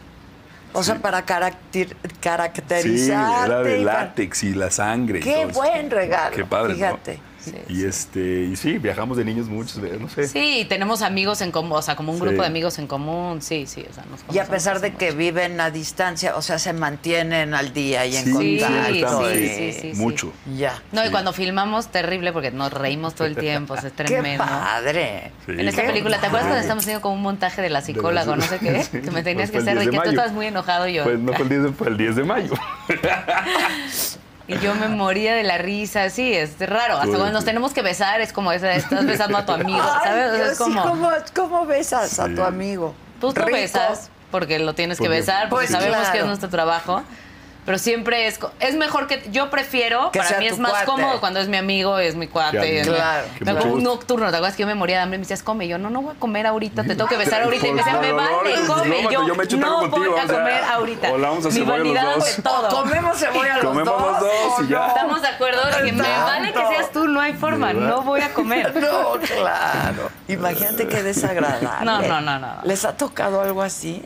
O sea, para caracter- Sí, caracterizarte. era de y para- látex y la sangre. y Qué todo eso. buen regalo. Qué padre, ¿no? Fíjate. Y este, y sí, viajamos de niños muchos, ve, no sé. Sí, y tenemos amigos en común, o sea, como un Sí. grupo de amigos en común, sí, sí, o sea, nos Y a conocemos pesar de hace que viven a distancia, o sea, se mantienen al día y en sí, Sí, contacto. estamos, sí, y- sí, sí, sí. mucho. Ya. mucho. No, y cuando filmamos, terrible, porque nos reímos todo el tiempo, o sea, es Qué tremendo. padre. Sí. En esta Qué película, ¿te acuerdas padre. cuando estamos haciendo como un montaje de la psicólogo, no sé qué? Sí, Pues Que me tenías fue el que hacer 10 de de que tú mayo. estabas muy enojado y yo. Pues no fue el 10 de, fue el 10 de mayo. Y yo me moría de la risa, sí, es raro. Hasta Uy, cuando nos Pues, sí. tenemos que besar, es como, esa- estás besando a tu amigo, ¿sabes? O sea, Ay, es Dios, ¿y como, ¿cómo, cómo besas a tu amigo? tú lo Rico. besas porque lo tienes que Porque- besar, porque Pues sabemos claro. que es nuestro trabajo. Pero siempre es, co- es mejor que, yo prefiero, Que para sea mí es tu más cuate. cómodo cuando es mi amigo, es mi cuate. Que- es- Claro. que Me mucho acuerdo un gusto. nocturno, ¿te acuerdas que yo me moría de hambre? Y me decías, come. Y yo, no, no voy a comer ahorita, te tengo que besar ahorita. Y me decían, Por me favor, vale, come. Y yo, yo me echo un taco no contigo, voy a o sea, comer ahorita. o la vamos a Mi cebolla los vanidad dos. fue todo. Comemos cebolla los Comemos dos. los dos y ¿o ya. Estamos de acuerdo de que me Exacto. vale que seas tú, no hay forma, no voy a comer. No, claro. Imagínate qué desagradable. No, no, no, no. ¿Les ha tocado algo así?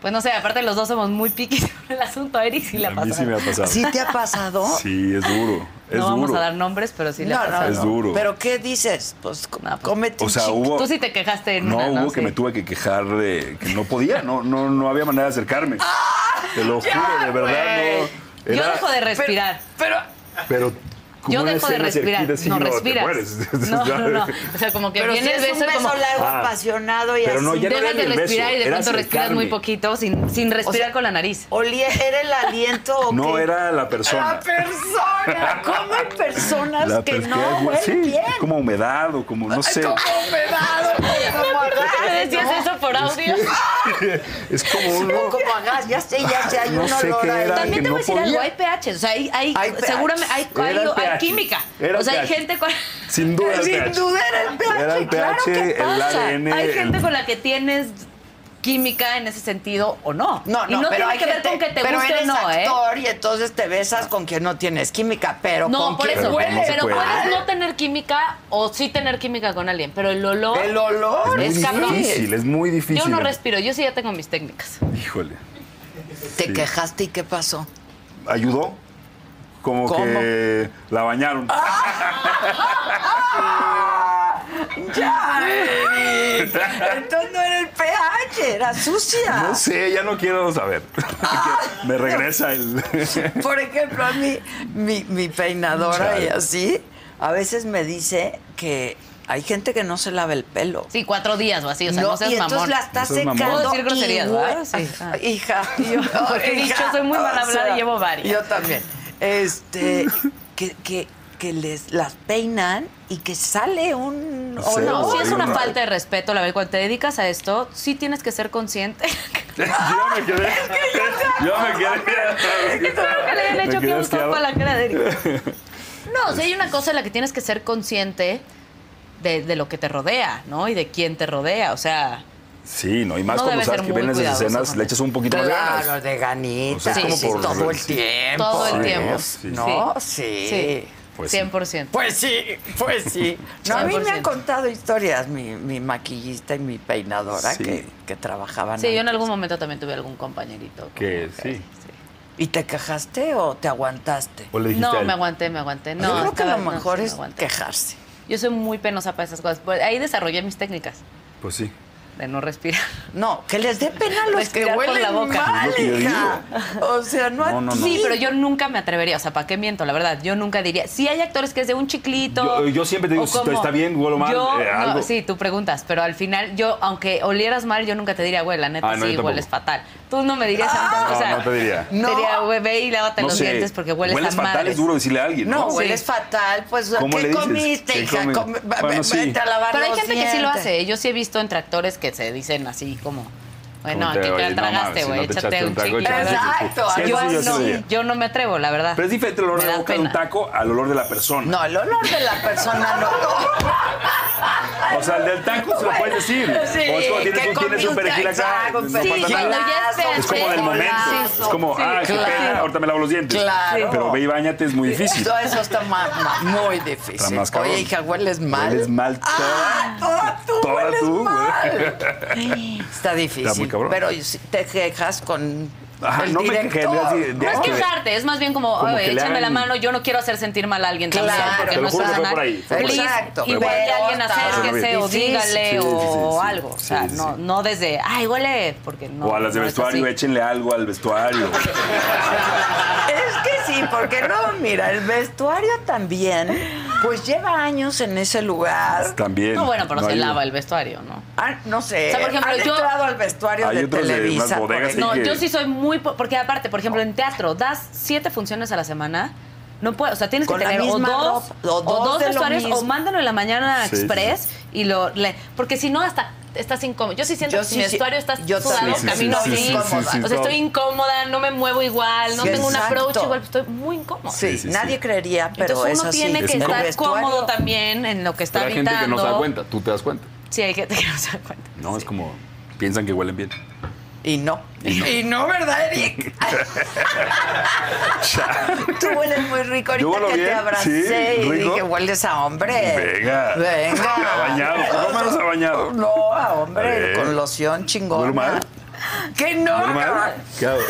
Pues no sé, aparte los dos somos muy piquis por el asunto, a Eric sí la A mí pasa. sí me ha pasado. ¿Sí te ha pasado? Sí, es duro. Es no vamos duro. a dar nombres, pero sí le ha No, no, pasado. Es no. duro. ¿Pero qué dices? Pues com- No, pues- cómete O un sea, chicle. hubo Tú sí te queejaste en No, una, hubo que Sí. me tuve que quejar de que no podía, no, no, no había manera de acercarme. Te lo juro, de verdad, no. Yo Era- dejo de respirar. Pues Pero. como Yo una dejo de escena respirar. cerquita, sí, No, te respiras. mueres. No, no, no. O sea, como que Pero viene si el es un beso beso como... largo, Ah. apasionado y Pero no, así. ya- Dejas era de el beso, respirar y de era pronto respiras acercarme. muy poquito sin, sin respirar sea, con la nariz. Olía, ¿era el aliento o No qué? era la persona. La persona. ¿Cómo hay personas La que pers- no huelen sí, bien? como humedad o como, no sé. Como humedad, como ¿Te agarre, Ah, decías ¿no? eso por audio? Es como un. O como agarre, ya sé, ya sé, hay No un sé olor qué ahí. era. También que te voy a no decir podía. algo, hay PHs, o sea, hay, hay, Hay PHs. seguramente hay, hay- Eran hay PHs. química. Eran o sea, hay PHs. gente con Sin duda. el Sin pH. duda era el pH, Era el claro pH, que el pasa. ADN. hay el- gente con la que tienes química en ese sentido o no. No, no, y pero no tiene hay que ver gente- con que te pero guste o eres no, ¿eh? actor y entonces te besas con quien no tienes química, pero con No, por quien eso. huele. Pero puede. puedes Ah, no tener química o sí tener química con alguien, pero el olor. El olor Es cabrón. difícil, es muy difícil. yo no respiro, yo sí ya tengo mis técnicas. Híjole. Te Sí. quejaste y qué pasó. ayudó. Como ¿Cómo? que la bañaron. Ya, Eric. Entonces no era el pH, era sucia. No sé, ya no quiero saber. Me regresa el. Por ejemplo, a mí, mi, mi peinadora Chale. y así, a veces me dice que hay gente que no se lava el pelo. Sí, cuatro días o así, o sea, no, seas y entonces mamón. la está No seas mamón. secando. Puedo decir groserías, igual. ¿verdad? Sí. Ah. Hija, yo, Porque he dicho, soy muy mal o hablada y sea, llevo varias. Yo también. Este, que, que, que les las peinan y que sale un Sí, olor. No, sí es una Horrible. falta de respeto, la verdad, cuando te dedicas a esto, sí tienes que ser consciente. yo me quedé. yo me quedé. Creo que le han Me hecho que quedé un asqueado. sopa a la cara de Eric. No, o sea, hay una cosa en la que tienes que ser consciente de, de lo que te rodea, ¿no? Y de quién te rodea, o sea... Sí, no, y más No cuando debe sabes ser que muy ven esas cuidadoso escenas, con le eso. echas un poquito de Claro, ganas. de O sea, ganitas. es como sí, por- todo el tiempo. Todo el ¿no? tiempo. Sí. ¿No? Sí. sí. Pues sí. 100%. Pues sí, pues sí. No, a mí me han 100%. contado historias mi, mi maquillista y mi peinadora Sí. que, que trabajaban. pues Sí, yo en antes. algún momento también tuve algún compañerito. como Que sí. ¿Y te quejaste o te aguantaste? O le dijiste a No, él, me aguanté, me aguanté. No, yo creo que estaba- lo no, mejor sí, me es aguanté. quejarse. Yo soy muy penosa para esas cosas. Pues ahí desarrollé mis técnicas Pues sí. de no respirar. No, que les dé pena a los que Respirar con huelen la boca. mal, Es lo que yo hija. O sea, no, No, a no, no. ti. Sí, pero yo nunca me atrevería. O sea, ¿para qué miento? La verdad, yo nunca diría. Sí hay actores que es de un chiclito. Yo- yo siempre te digo, o si como- está bien, huelo mal, Yo, eh, no, algo. sí, tú preguntas, pero al final yo, aunque olieras mal, yo nunca te diría, güey, la neta Ah, no, yo sí, tampoco. Ah. hueles fatal. Tú no me dirías a mí, o No, sea, no te diría. No. Diría, güey, ve y lávate No los sé, dientes porque hueles, a fatal, madres. es duro decirle a alguien. No, No, hueles Sí. fatal, pues ¿Cómo ¿qué le dices? comiste, ¿Qué hija? come? Come- ve- Bueno, ve- sí. Vete a lavar Pero hay los gente que sí lo dientes. hace. Yo sí he visto en tractores que se dicen así como, bueno, Como aquí te- te oye, la no tragaste, mames, si güey, no te échate echaste un un trago, chicle. échate ¿verdad? un Exacto, Sí, Yo eso sí, yo sí lo no, diría. yo no me atrevo, la verdad. Pero es diferente el olor Me de la da boca de un pena. taco al olor de la persona. No, el olor de la persona no. O sea, el del taco se lo puedes decir. o es como tienes que un, tienes un comiste, perejil acá. exacto, no sí, pasa yo nada. lo- ya es Es como del Sí, momento. sí, Es como, sí, ah, qué claro. pena, ahorita me lavo los dientes. Claro. Pero ve y bañate, es muy difícil. Todo eso está ma- ma- muy difícil. Está más cabrón. Oye, hija, hueles mal. Hueles mal toda- Ah, toda tú toda hueles tú, güey. mal. Está difícil. Está muy cabrón. Pero si te quejas con Ajá, el no me director. quejaría así, ¿no? de- No es que- quejarte, es más bien como, como "Oye, que le échame la hagan- mano, yo no quiero hacer sentir mal a alguien Claro, también, porque te lo no es juro que fue personal. por ahí, por fue ahí. Please, Exacto, igual que pero alguien está acérquese o difícil. dígale Sí, sí, sí, o sí. algo. O Sí, sea, sí, no, sí. no desde, ay, huele, porque no. o a las de no es así. vestuario, échenle algo al vestuario. Es que sí, porque no, mira, el vestuario también, pues lleva años en ese lugar. También. No, bueno, pero se ayuda. lava el vestuario, ¿no? Ah, no sé. O sea, por ejemplo, han yo- entrado al vestuario Hay de otros de Televisa. unas bodegas por Sí No, que- yo sí soy muy. po- Porque aparte, por ejemplo, en teatro das siete funciones a la semana. No puede, o sea, tienes Con que la tener o misma dos, ropa, o o dos dos de lo vestuarios, mismo. o mándalo en la mañana Sí, sí, express y lo le- porque si no hasta estás incómodo. Yo sí siento Yo que si sí, mi sí. vestuario está Yo sudado, también. Sí, sí, camino sí, sí, así, sí, sí, sí, o sea, todo. estoy incómoda, no me muevo igual, no Sí, tengo un exacto. approach igual, estoy muy incómoda. Sí, Sí, sí, nadie sí. creería, pero Entonces es uno así. tiene que Es como- estar Vestuario. cómodo también en lo que está Pero hay habitando. gente que no se da cuenta, tú te das cuenta. Sí, hay gente que no se da cuenta. No, es como, piensan que huelen bien. Y no. Y no, ¿verdad, Eric? Tú hueles muy rico Yo ahorita huelo que te bien, abracé sí, y rico. dije, hueles a Eh, hombre. Venga. Venga. A bañado. Por lo menos a bañado. No, a hombre, Eh. con loción chingona. ¿Huelo mal? Que no. ¿Huelo mal? ¿Qué hago?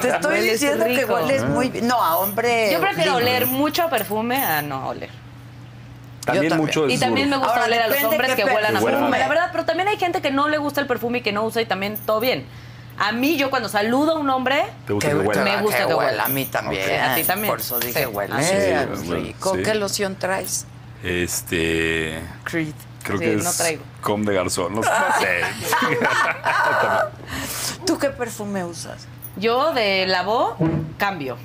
Te estoy Hueles diciendo que rico. hueles muy bien. No, a hombre. Yo prefiero digo. oler mucho a perfume a no oler. También también. mucho es Y también me duro. gusta Ahora, oler a los depende hombres qué que huelan a perfume. perfume. La verdad, pero también hay gente que no le gusta el perfume y que no usa y también todo bien. A mí, yo cuando saludo a un hombre, ¿Te gusta que Que huela? Me ah, gusta que huela. A mí también. Ok, a ti también. Por eso dije, Sí. huele Ah, sí, sí, rico. sí. ¿Qué loción traes? Este... Creed. Creo Sí, que no es traigo. Ah. Com de Garzón. No, sé, no sé. ¿Tú qué perfume usas? yo de la voz cambio.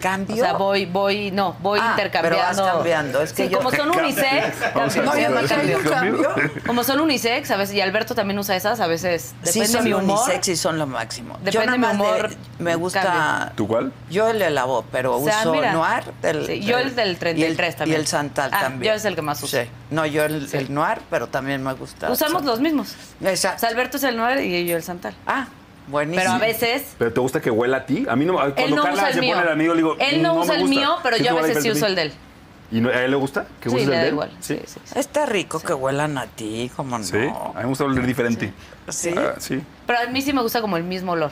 ¿Cambio? O sea, voy, voy, no, voy Ah, intercambiando. pero vas cambiando, es que Sí, yo- como son unisex, Vamos a cambio, No, yo hacer cambio, no eso. cambio. cambio. cambio. Como son unisex, a veces, y Alberto también usa esas, a veces Sí, depende son mi humor. unisex y son lo máximo. Depende yo nada de mi más de- humor, me gusta... cambio. ¿Tú cuál? Yo el de la voz, pero O sea, uso mira. Noir. Sí, yo el del 33 y el- también. Y el Santal Ah, también. yo es el que más uso. Sí. No, yo el, Sí. el Noir, pero también me gusta. Usamos los mismos. O Exacto. sea, Alberto es el 9 y yo el santal. Ah, buenísimo. Pero a veces ¿Pero te gusta que huela a ti? A mí no. a- Cuando él no Carla usa el se mío. pone el anillo, le digo. él no, me usa el gusta". mío, pero ¿Qué yo a te huele veces sí diferente uso a el de él. ti? ¿Y no- a él le gusta? ¿Que Sí, uses el le de da él? igual. Sí, sí, sí. Está rico que huelan a ti, como no. Sí, a mí me gusta oler diferente. Sí. Ah, sí. Pero a mí sí me gusta como el mismo olor.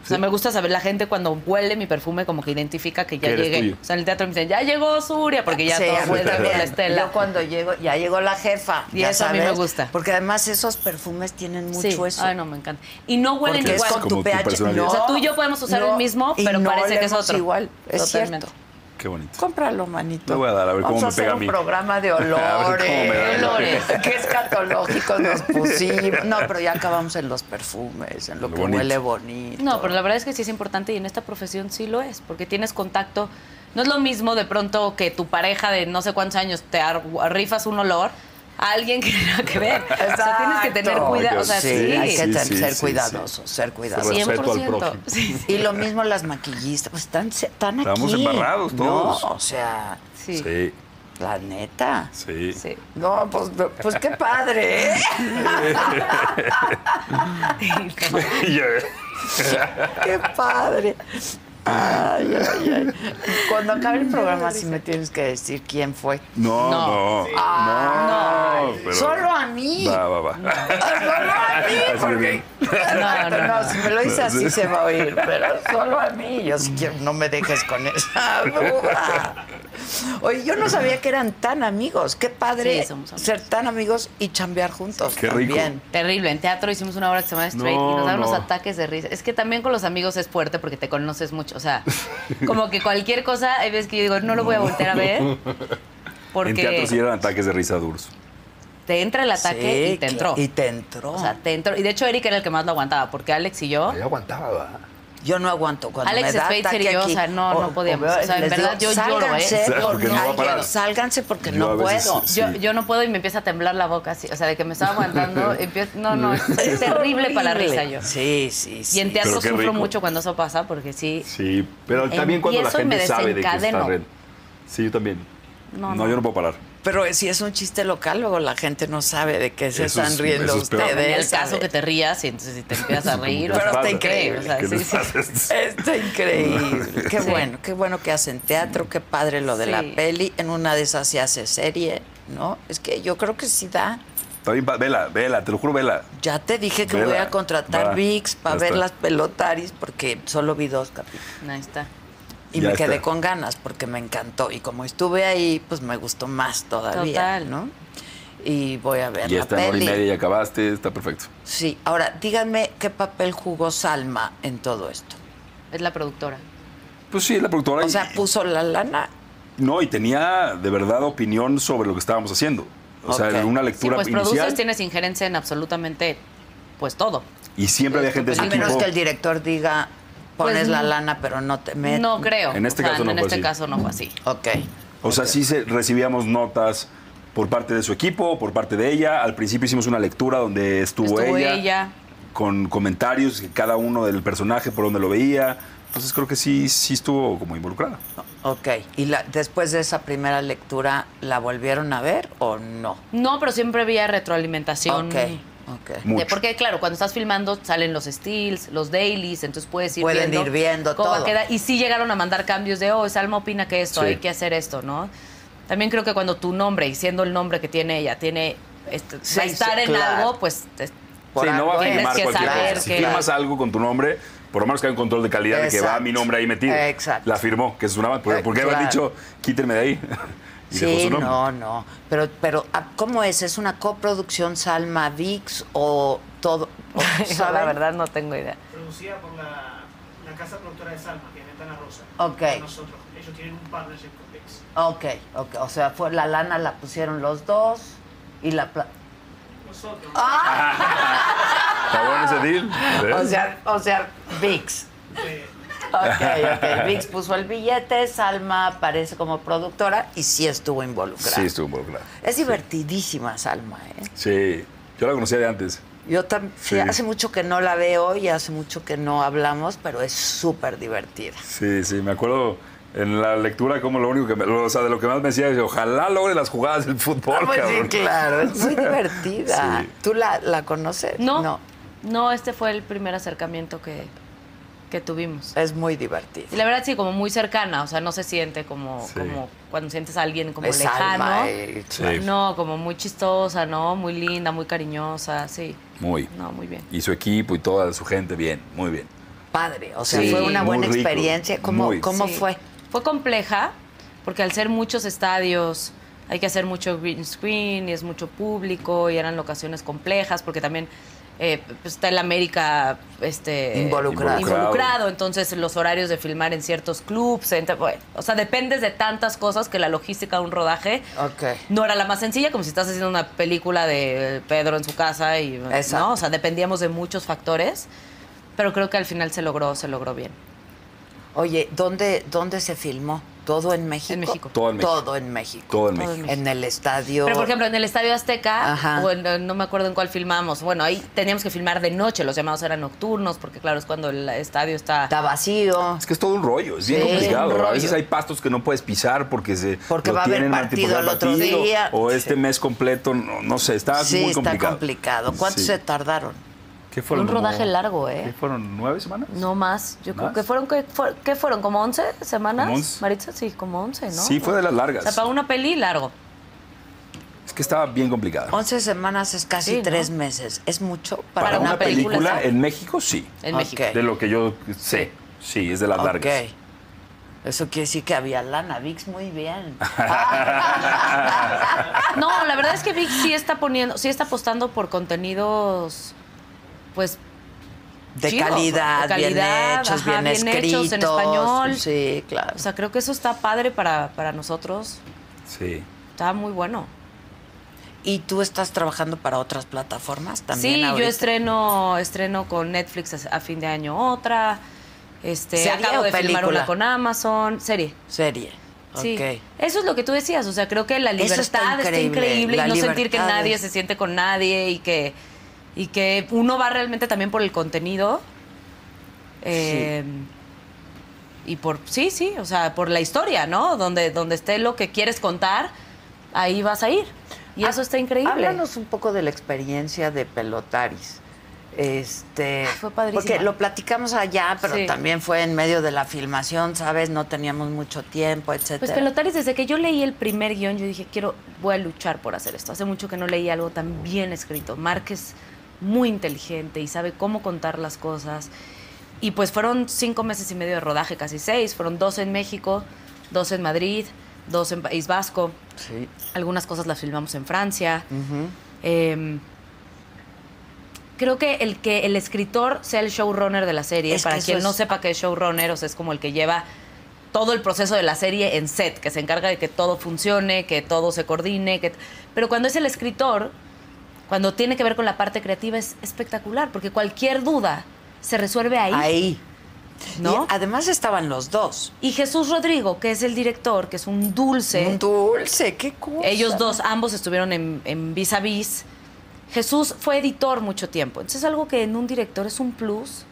O sea, me gusta saber la gente cuando huele mi perfume como que identifica que ya Que eres llegué. tuyo. O sea, en el teatro me dicen, ya llegó Suria, porque ya Sí, a todo mí huele por también. la estela. Yo cuando llego, ya llegó la jefa. Y ya eso a mí sabes, me gusta. Porque además esos perfumes tienen mucho Sí. eso. Ay, no, me encanta. Y no huelen Porque es igual. con tu, Como tu pH. personalidad. O sea, tú y yo podemos usar el mismo, y pero no parece que es olemos otro. igual. Es Totalmente. cierto. Qué bonito. Cómpralo, manito. Le voy a dar, a ver Vamos cómo me hacer pega a un mí. programa de A ver cómo me da. olores. Olores. Qué escatológicos nos pusimos. No, pero ya acabamos en los perfumes, en lo, Lo que bonito. huele bonito. No, pero la verdad es que sí es importante y en esta profesión sí lo es, porque tienes contacto. No es lo mismo de pronto que tu pareja de no sé cuántos años te ar- rifas un olor a alguien que nada que ver. O sea, tienes que tener Exacto. cuidado. O Dios, sea, sí, sí. hay que Sí, ten- sí, ser sí, cuidadosos, ser cuidadosos. Respeto al 100%. prójimo. Sí, sí. Y lo mismo las maquillistas, pues están, están aquí. Estamos embarrados todos. No, o sea, Sí. Sí, la neta. sí. Sí. No, pues, no, pues qué padre, ¿eh? eh. Qué padre. Ay, ay, ay. Cuando acabe el programa, sí me tienes que decir quién fue. No, No. no. Ah, no, pero- Solo a mí. Va, va, va. Solo a mí. Así Porque... bien. No, no, no, si me lo dices así Sí. se va a oír, pero solo a mí. Yo sí quiero, no me dejes con esa duda. Oye, yo no sabía que eran tan amigos. Qué padre Sí, somos amigos. ser tan amigos y chambear juntos. Qué rico. también. Terrible. En teatro hicimos una obra que se llama Straight y nos No, daban no. unos ataques de risa. Es que también con los amigos es fuerte porque te conoces mucho. O sea, como que cualquier cosa, hay veces que yo digo, no lo voy a voltear a ver. Porque En teatro sí eran ataques de risa duros. te entra el ataque Sí, y te entró. Y te entró. O sea, te entró. Y de hecho, Eric era el que más lo aguantaba, porque Alex y yo. Ahí aguantaba, ¿verdad? Yo no aguanto cuando Alex me da Schweitzer ataque y yo, o aquí, sea, no, no podíamos. O sea, en les verdad yo lloro, ¿eh? "Sálganse, ¿Sabes? por Porque no va a favor, parar. Sálganse porque Yo no a veces- puedo. Sí. pues, Yo, yo no puedo y me empieza a temblar la boca así. O sea, de que me estaba aguantando. empie- no, no, es, es terrible para la risa yo. Sí, sí, sí. Y en teatro Pero qué sufro rico. mucho cuando eso pasa, porque sí. Sí, pero también cuando la Empiezo y me gente sabe de que está desencadeno. red. Sí, yo también. No, No, no. yo no puedo parar. Pero si es un chiste local, luego la gente no sabe de qué se Eso están es- riendo eso es peor. ustedes. En el caso ¿sabe? que te rías y entonces si te empiezas a reír. o Pero sea, está pasa? increíble, o sea, ¿Qué sí, les sí. pasa esto? Está increíble. Qué Sí. bueno, qué bueno que hacen teatro, qué padre lo de la Sí. peli. En una de esas se hace serie, ¿no? Es que yo creo que sí da. Está bien, pa- vela, vela, te lo juro, vela. Ya te dije que Vela, voy a contratar va, VIX para ya ver está. las pelotaris porque solo vi dos capítulos. Ahí está. Y Ya me quedé está. con ganas porque me encantó. Y como estuve ahí, pues me gustó más todavía, Total. ¿no? Y voy a ver Y la está en hora y peli. media y acabaste, está perfecto. Sí, ahora díganme qué papel jugó Salma en todo esto. Es la productora. Pues sí, la productora. O y- sea, puso la lana. No, y tenía de verdad opinión sobre lo que estábamos haciendo. O sea, Ok. en una Sí, lectura pues inicial. produces, tienes injerencia en absolutamente pues todo. Y siempre había gente de su A menos equipo. que el director diga, Pues pones la no. lana, pero no te metes. No creo. En este O sea, caso no en fue este así. caso no fue así. Ok. O sea, sí se- recibíamos notas por parte de su equipo, por parte de ella. Al principio hicimos una lectura donde estuvo, Estuvo ella, ella. con comentarios que cada uno del personaje por donde lo veía. Entonces creo que sí, sí estuvo como involucrada. Ok. ¿Y la- después de esa primera lectura, la volvieron a ver o no? No, pero siempre había retroalimentación. Ok. Ok. De- Mucho. porque claro, cuando estás filmando salen los steals, los dailies, entonces puedes ir Pueden viendo, ir viendo cómo todo. queda. Y sí llegaron a mandar cambios de, oh, Salma opina que esto, Sí. hay que hacer esto, ¿no? También creo que cuando tu nombre, y siendo el nombre que tiene ella, tiene este- Sí, va a estar sí, en claro. Oh, algo, pues te- Por sí, no va a algo firmar tienes que cualquier saber cosa. Si que- firmas algo con tu nombre, por lo menos que hay un control de calidad de que va Exacto. mi nombre ahí metido. Exacto. La firmó, que es una mal. Eh, Porque, porque claro. habían dicho, quítenme de ahí. y dejó Sí, su nombre. no, no. Pero, pero ah, ¿cómo es? ¿Es una coproducción Salma Vix o todo? o, ¿saben? la verdad no tengo idea. producida por la, la casa productora de Salma, que es Ventana Rosa. Ok. Con Nosotros, ellos tienen un partnership con Dex. Ok, ok. O sea, fue la lana la pusieron los dos y la... pla- Nosotros, Está bueno ese deal. ¿eh? O sea, o sea, VIX. eh, Ok, ok. Vix puso el billete, Salma aparece como productora y sí estuvo involucrada. Sí, estuvo involucrado. Es divertidísima Salma, ¿eh? Sí, yo la conocía de antes. Yo también, Sí. hace mucho que no la veo y hace mucho que no hablamos, pero es súper divertida. Sí, sí, me acuerdo en la lectura como lo único que, me- lo- o sea, de lo que más me decía es, ojalá logre las jugadas del fútbol, Ah, pues sí, cabrón. claro, es muy divertida. Sí. ¿Tú la, la conoces? No, no, este fue el primer acercamiento que, que tuvimos. Es muy Y divertida. la verdad sí, como muy cercana, o sea, no se siente como, Sí. como cuando sientes a alguien como es lejano. Alma, eh, Sí. No, como muy chistosa, ¿no? Muy linda, muy cariñosa, sí. Muy. No, muy bien. Y su equipo y toda su gente, bien, muy bien. padre. O sea, Sí. fue una Muy buena rico, experiencia. ¿Cómo, muy. cómo Sí. fue? Fue compleja, porque al ser muchos estadios, hay que hacer mucho green screen y es mucho público y eran locaciones complejas, porque también eh, pues, está el América este, Involucrado. involucrado, entonces los horarios de filmar en ciertos clubs, entre- bueno, o sea, dependes de tantas cosas que la logística de un rodaje Ok. no era la más sencilla, como si estás haciendo una película de Pedro en su casa y Exacto. no, o sea, dependíamos de muchos factores, pero creo que al final se logró, se logró bien. Oye, ¿dónde, ¿dónde se filmó? ¿Todo en México? En México. Todo en México. Todo en México. Todo en Todo en México. En el estadio. Pero por ejemplo, en el Estadio Azteca, Ajá. o en- eh, no me acuerdo en cuál filmamos, bueno, ahí teníamos que filmar de noche, los llamados eran nocturnos, porque claro, es cuando el estadio está... Está vacío. Es que es todo un rollo, es bien Sí, complicado. un rollo. A veces hay pastos que no puedes pisar porque se Porque lo va a haber tienen mal partido tipo, al otro partido, día. O este Sí. mes completo, no, no sé, está sí, Ah, muy está complicado. complicado. ¿Cuánto Sí. se tardaron? ¿Qué Fue fueron? un como- rodaje largo, ¿Qué ¿eh? fueron? ¿Nueve semanas? No más, yo creo ¿Más? que fueron, ¿qué, fue- qué fueron? ¿Como 11 semanas? Como 11. Maritza, sí, como 11, ¿no? Sí, fue de las O largas. sea, para una peli, largo. Es que estaba bien complicado. 11 semanas es casi Sí, ¿no? tres meses. Es mucho para, Para una una película, película, sí. en México, sí. En Ok. México. De lo que yo sé. Sí, es de las Ok. largas. Eso quiere decir que había lana. Vix, muy bien. No, la verdad es que Vic sí está poniendo, sí está apostando por contenidos, pues, De Chido, calidad, de bien calidad, hechos, ajá, bien, bien escritos. hechos en español. Sí, claro. o sea, creo que eso está padre para, para nosotros, Sí. está muy bueno. ¿Y tú estás trabajando para otras plataformas también? Sí, yo ahorita? estreno, estreno con Netflix a, a fin de año otra, este, ¿Serie acabo o de filmar película? una con Amazon, serie. Serie. Sí, Ok. eso es lo que tú decías, o sea, creo que la Eso libertad está está increíble, increíble, la y no sentir que libertad nadie es- se siente con nadie y que, y que uno va realmente también por el contenido. eh, Y por, sí, sí, o sea, por la historia, ¿no? Donde, donde esté lo que quieres contar, ahí vas a ir. Y eso está increíble. Ah, Háblanos un poco de la experiencia de Pelotaris. Este, Ah, fue padrísima. Porque lo platicamos allá, pero Sí. también fue en medio de la filmación, ¿sabes? No teníamos mucho tiempo, etcétera. Pues Pelotaris, desde que yo leí el primer guión, yo dije, quiero, voy a luchar por hacer esto. Hace mucho que no leí algo tan bien escrito. Márquez muy inteligente y sabe cómo contar las cosas. Y pues fueron cinco meses y medio de rodaje, casi seis. Fueron dos en México, dos en Madrid, dos en País Vasco. Sí. Algunas cosas las filmamos en Francia. Em, creo que el que el escritor sea el showrunner de la serie, Es que para eso quien no es- sepa qué es showrunner, o sea, es como el que lleva todo el proceso de la serie en set, que se encarga de que todo funcione, que todo se coordine, que pero cuando es el escritor, cuando tiene que ver con la parte creativa es espectacular, porque cualquier duda se resuelve ahí, Ahí. ¿no? Y además estaban los dos. Y Jesús Rodrigo, que es el director, que es un dulce, Un dulce, qué cosa. ellos dos, ambos estuvieron en, en Vis a Vis. Jesús fue editor mucho tiempo. Entonces es algo que en un director es un plus,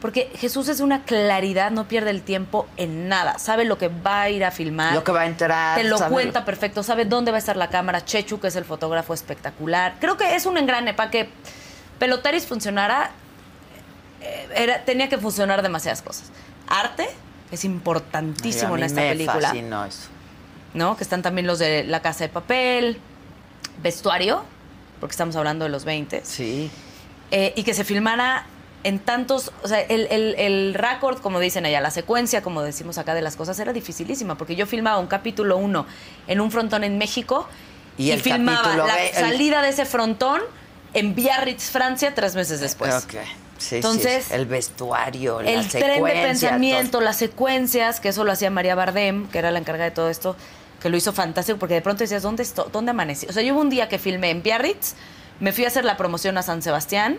porque Jesús es de una claridad, no pierde el tiempo en nada. Sabe lo que va a ir a filmar. Lo que va a entrar. Ah, Te lo ¿sabes? cuenta perfecto, sabe dónde va a estar la cámara. Chechu, que es el fotógrafo espectacular. Creo que es un engrane para que Pelotaris funcionara. eh, Era, tenía que funcionar demasiadas cosas. Arte es Ay, a importantísimo mí en esta me película. fascinó eso. ¿no? Que están también los de La Casa de Papel, vestuario, porque estamos hablando de los 20, Sí. eh, y que se filmara en tantos, o sea, el, el, el récord, como dicen allá, la secuencia, como decimos acá de las cosas, era dificilísima, porque yo filmaba un capítulo 1 en un frontón en México Y y, el filmaba capítulo la B, el- salida de ese frontón en Biarritz, Francia, tres meses después. Ok. Sí, sí, Entonces, sí. el vestuario, la el tren de secuencia, pensamiento, las secuencias, que eso lo hacía María Bardem, que era la encargada de todo esto, que lo hizo fantástico, porque de pronto decías, ¿dónde, esto, ¿dónde amanecí? O sea, yo hubo un día que filmé en Biarritz, me fui a hacer la promoción a San Sebastián,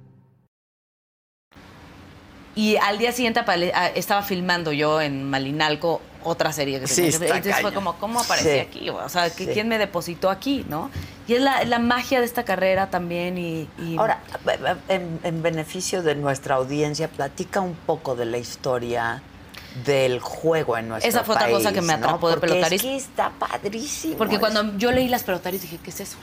Y al día siguiente apare- ah, estaba filmando yo en Malinalco otra serie que Sí, tenía. está Entonces fue cañón. como, ¿cómo aparecí Sí. aquí? O sea, ¿qui- Sí. ¿quién me depositó aquí? ¿No? Y es la, es la magia de esta carrera también. Y, y- Ahora, en, en beneficio de nuestra audiencia, platica un poco de la historia del juego en nuestro país. Esa fue otra cosa que me ¿no? atrapó de Porque Es Pelotaris. que está padrísimo. Porque Es- cuando yo leí las pelotarias dije, ¿qué es eso?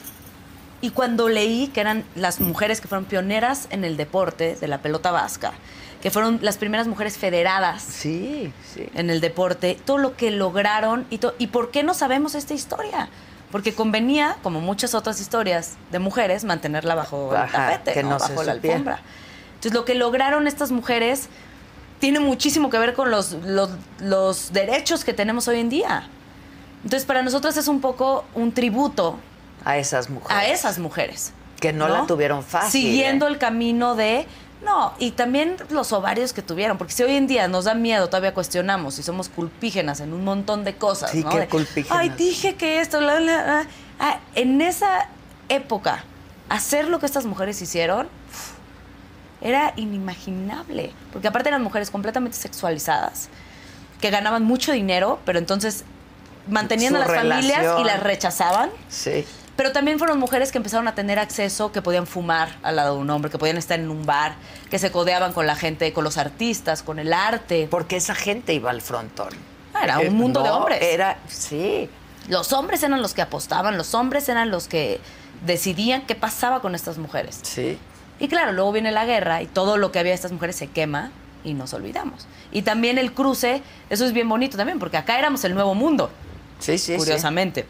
Y cuando leí que eran las mujeres que fueron pioneras en el deporte de la pelota vasca, que fueron las primeras mujeres federadas Sí, sí. en el deporte, todo lo que lograron y, to- y por qué no sabemos esta historia. Porque convenía, como muchas otras historias de mujeres, mantenerla bajo el Ajá, tapete, que ¿no? no se bajo la supiera. alfombra. Entonces, lo que lograron estas mujeres tiene muchísimo que ver con los, los, los derechos que tenemos hoy en día. Entonces, para nosotras es un poco un tributo A esas mujeres. a esas mujeres. Que no, la tuvieron fácil. Siguiendo ¿eh? el camino de. No, y también los ovarios que tuvieron, porque si hoy en día nos da miedo, todavía cuestionamos y somos culpígenas en un montón de cosas. Sí, ¿no? qué De, culpígenas. Ay, dije que esto, bla, bla, bla". Ah, en esa época, hacer lo que estas mujeres hicieron uf, era inimaginable, porque aparte eran mujeres completamente sexualizadas, que ganaban mucho dinero, pero entonces mantenían Su a las familias y relación. las rechazaban. Sí. Pero también fueron mujeres que empezaron a tener acceso, que podían fumar al lado de un hombre, que podían estar en un bar, que se codeaban con la gente, con los artistas, con el arte. Porque esa gente iba al frontón. Ah, Era Eh, un mundo de no, hombres. Era, sí. Los hombres eran los que apostaban, los hombres eran los que decidían qué pasaba con estas mujeres. Sí. Y claro, luego viene la guerra y todo lo que había de estas mujeres se quema y nos olvidamos. Y también el cruce, eso es bien bonito también, porque acá éramos el nuevo mundo. Sí, sí, sí. curiosamente.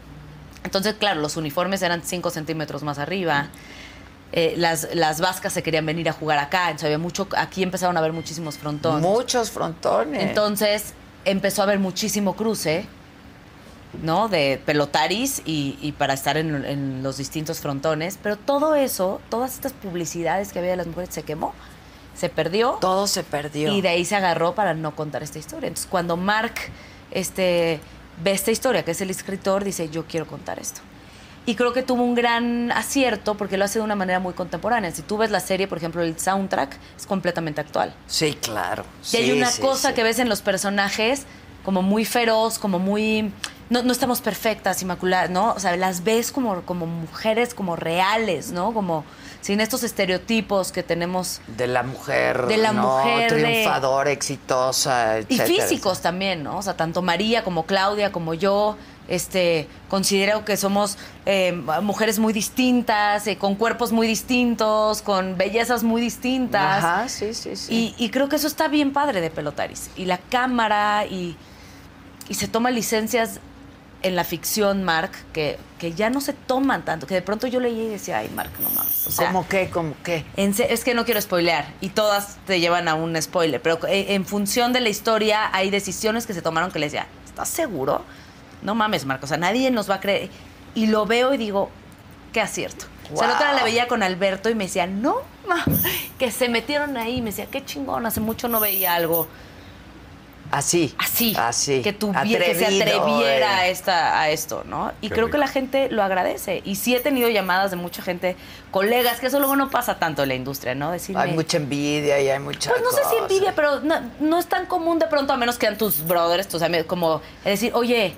Entonces, claro, los uniformes eran 5 centímetros más arriba. Eh, las, las vascas se querían venir a jugar acá, entonces había mucho, aquí empezaron a haber muchísimos frontones. Muchos frontones. Entonces empezó a haber muchísimo cruce, ¿no? De pelotaris y, y para estar en, en los distintos frontones. Pero todo eso, todas estas publicidades que había de las mujeres se quemó, se perdió. todo se perdió. Y de ahí se agarró para no contar esta historia. Entonces, cuando Mark este, ve esta historia, que es el escritor, dice, yo quiero contar esto. Y creo que tuvo un gran acierto porque lo hace de una manera muy contemporánea. Si tú ves la serie, por ejemplo, el soundtrack es completamente actual. Sí, claro. Y hay una cosa que ves ves en los personajes como muy feroz, como muy... No, no estamos perfectas, inmaculadas, ¿no? O sea, las ves como, como mujeres, como reales, ¿no? Como sin estos estereotipos que tenemos De la mujer. De la ¿no? mujer, de- Triunfadora, exitosa, Y etcétera. físicos también, ¿no? O sea, tanto María como Claudia como yo, este, considero que somos eh, mujeres muy distintas, eh, con cuerpos muy distintos, con bellezas muy distintas. Ajá, sí, sí, sí. Y, y creo que eso está bien padre de Pelotaris. Y la cámara y, y se toma licencias en la ficción, Mark, que, que ya no se toman tanto. Que de pronto yo leí y decía, ay, Mark, no mames. O sea, ¿Cómo qué? ¿Cómo qué? en se- es que no quiero spoilear y todas te llevan a un spoiler, pero e- en función de la historia hay decisiones que se tomaron que les decía, ¿estás seguro? No mames, Marcos, o sea, nadie nos va a creer. Y lo veo y digo, qué acierto. O sea, la otra Wow. la veía con Alberto y me decía, no, ma, que se metieron ahí. Y Me decía, qué chingón, hace mucho no veía algo Así. así, Así. que tuviera, que se Ah, Atrevido, atreviera a, eh. esta, a esto, ¿no? Y Qué creo rico. que la gente lo agradece. Y sí he tenido llamadas de mucha gente, colegas, que eso luego no pasa tanto en la industria, ¿no? Decirme, Hay mucha envidia y hay mucha. eh. pues no sé si cosa. envidia, pero no, no es tan común de pronto, a menos que sean tus brothers, tus amigos, como decir, oye,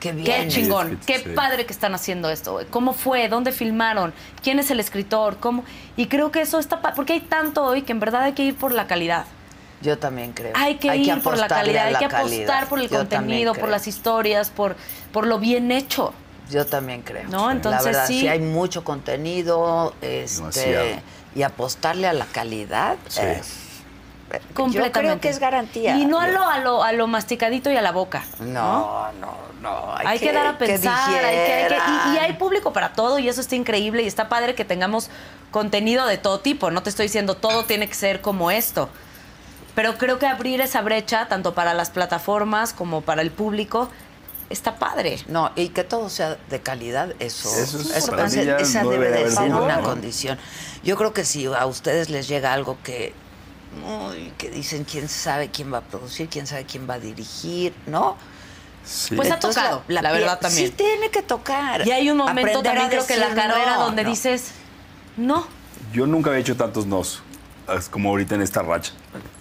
Qué qué bien. chingón, Sí, qué sí. padre que están haciendo esto, güey. cómo fue, dónde filmaron, quién es el escritor, cómo. Y creo que eso está, pa- porque hay tanto hoy que en verdad hay que ir por la calidad. Yo también creo. Hay que ir por la apostarle calidad, a hay la que apostar calidad. por el Yo también contenido, por creo. las historias, por, por lo bien hecho. Yo también creo. No, entonces la verdad, sí. hay mucho contenido, este, Demasiado. y apostarle a la calidad. Sí. eh, Completamente. Yo creo que es garantía. Y no a lo, a lo, a lo masticadito y a la boca. No, no, no. Hay, Hay, que, dar a pensar, hay que, hay que- y- y, hay público para todo y eso está increíble y está padre que tengamos contenido de todo tipo. No te estoy diciendo todo tiene que ser como esto. Pero creo que abrir esa brecha, tanto para las plataformas como para el público, está padre. No, y que todo sea de calidad, eso, Eso es eso- para mí esa- ya esa no debe debe de haber ser duda, una ¿no? condición. Yo creo que si a ustedes les llega algo que, uy, que dicen quién sabe quién va a producir, quién sabe quién va a dirigir, ¿no? Sí. Pues ha Entonces, tocado, la pie- verdad también. Sí tiene que tocar. Y hay un momento Aprender también a creo que en la decir carrera no, donde no. dices, no, Yo nunca había hecho tantos nos as- como ahorita en esta racha.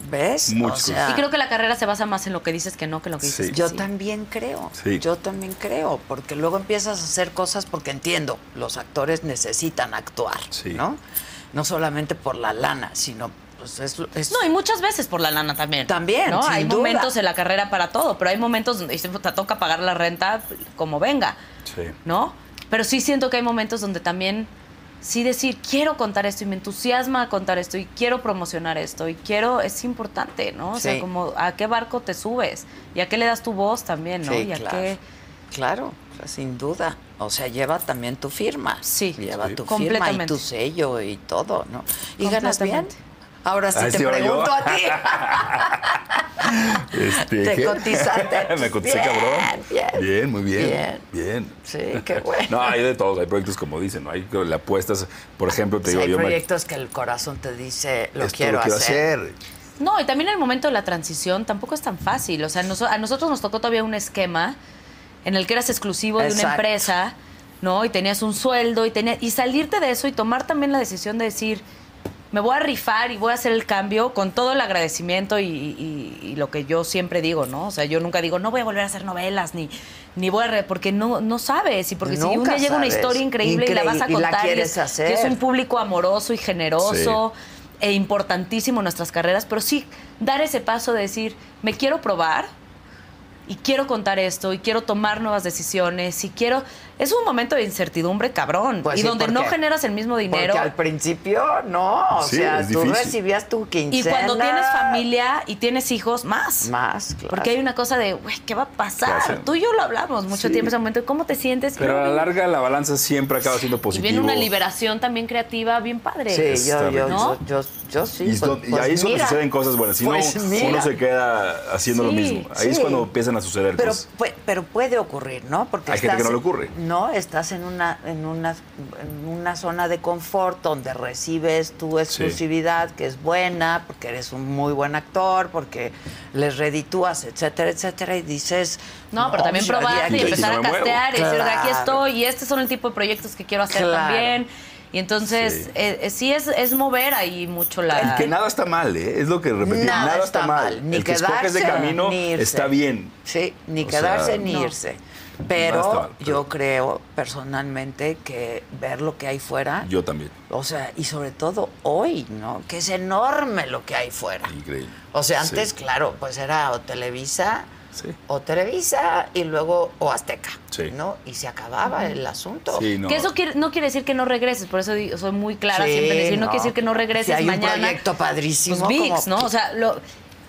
¿Ves? Muchas O sea, Y creo que la carrera se basa más en lo que dices que no que en lo que dices. Sí. que Ah. Yo sí. también creo, Sí. yo también creo, porque luego empiezas a hacer cosas porque entiendo, los actores necesitan actuar, Sí. ¿no? No solamente por la lana, sino pues es, es- No, y muchas veces por la lana también. También, ¿no? sin hay duda. momentos en la carrera para todo, pero hay momentos donde dices, te toca pagar la renta como venga, Sí. ¿no? Pero sí siento que hay momentos donde también sí decir, quiero contar esto y me entusiasma contar esto y quiero promocionar esto y quiero, es importante, ¿no? O Sí. sea, como a qué barco te subes y a qué le das tu voz también, ¿no? Sí, y a claro. qué... Claro, o sea, sin duda. O sea, lleva también tu firma. Sí. Lleva tu firma y Completamente. tu sello y todo, ¿no? ¿Y ganas bien? Completamente. Ahora sí Ah, te sí, ahora yo. pregunto a ti. Este, Te ¿qué? cotizaste. Me coticé, Bien, cabrón. bien. bien, muy bien. Bien. Bien. Sí, qué bueno. No, hay de todos, hay proyectos como dicen, ¿no? Hay que le apuestas, por ejemplo, te Sí, digo, hay yo me- proyectos que el corazón te dice, lo esto quiero, lo quiero hacer. hacer. No, y también el momento de la transición tampoco es tan fácil. O sea, noso- a nosotros nos tocó todavía un esquema en el que eras exclusivo de Exacto. una empresa, ¿no? Y tenías un sueldo y tenía y salirte de eso y tomar también la decisión de decir, me voy a rifar y voy a hacer el cambio con todo el agradecimiento y, y- y lo que yo siempre digo, ¿no? O sea, yo nunca digo, no voy a volver a hacer novelas ni ni voy a re-", porque no no sabes y porque si un Nunca día llega una sabes. historia increíble y la Increí- vas a y la contar quieres es- hacer. y es un público amoroso y generoso e importantísimo en nuestras carreras, pero sí dar ese paso de decir, me quiero probar y quiero contar esto y quiero tomar nuevas decisiones y quiero... Es un momento de incertidumbre cabrón Pues y sí, donde ¿por no qué? generas el mismo dinero. Porque al principio, no. O Sí, sea, es tú difícil. recibías tu Y quincena. cuando tienes familia y tienes hijos, más. Más, claro. Porque hay una cosa de, güey, ¿qué va a pasar? Claro, sí. Tú y yo lo hablamos mucho Sí. tiempo en ese momento. ¿Cómo te sientes? Pero a la Y larga la balanza siempre acaba siendo positiva. viene una liberación también creativa bien padre. Sí, yo, yo, ¿No? yo, yo, yo sí. Y, es pues- donde- y pues ahí es donde mira. suceden cosas buenas. Si Pues no, mira. uno se queda haciendo Sí, lo mismo. Ahí es sí. cuando empiezan a suceder Pero, cosas. pue- pero puede ocurrir, ¿no? Porque pues Hay gente que no le ocurre. No, estás en una, en una, en una zona de confort donde recibes tu exclusividad, que es buena, porque eres un muy buen actor, porque les reditúas, etcétera, etcétera, y dices... No, pero también yo de probaste y aquí- empezar no a me muevo. castear y decir, "Oiga, aquí Claro. estoy y este son el tipo de proyectos que quiero hacer Claro. también. Y entonces, Sí. eh, eh, sí, es, es mover ahí mucho El la... que nada está mal, ¿eh? es lo que repetimos. Nada Nada, está está, mal. mal. Ni el que escoge ese quedarse, camino ni irse. está bien. Sí, ni O sea, quedarse ni no. irse. Pero Basta, basta. yo creo personalmente que ver lo que hay fuera, Yo también. o sea, y sobre todo hoy, ¿no? Que es enorme lo que hay fuera. Increíble. O sea, Sí. antes, claro, pues era o Televisa, Sí. o Televisa y luego o Azteca, Sí. ¿no? Y se acababa el asunto. Sí, no. Que eso quiere- no quiere decir que no regreses, por eso digo- soy muy clara Sí, siempre en decir, no, quiere decir que no Si regreses hay mañana. un proyecto padrísimo. pues VIX, como- ¿no? O sea, lo,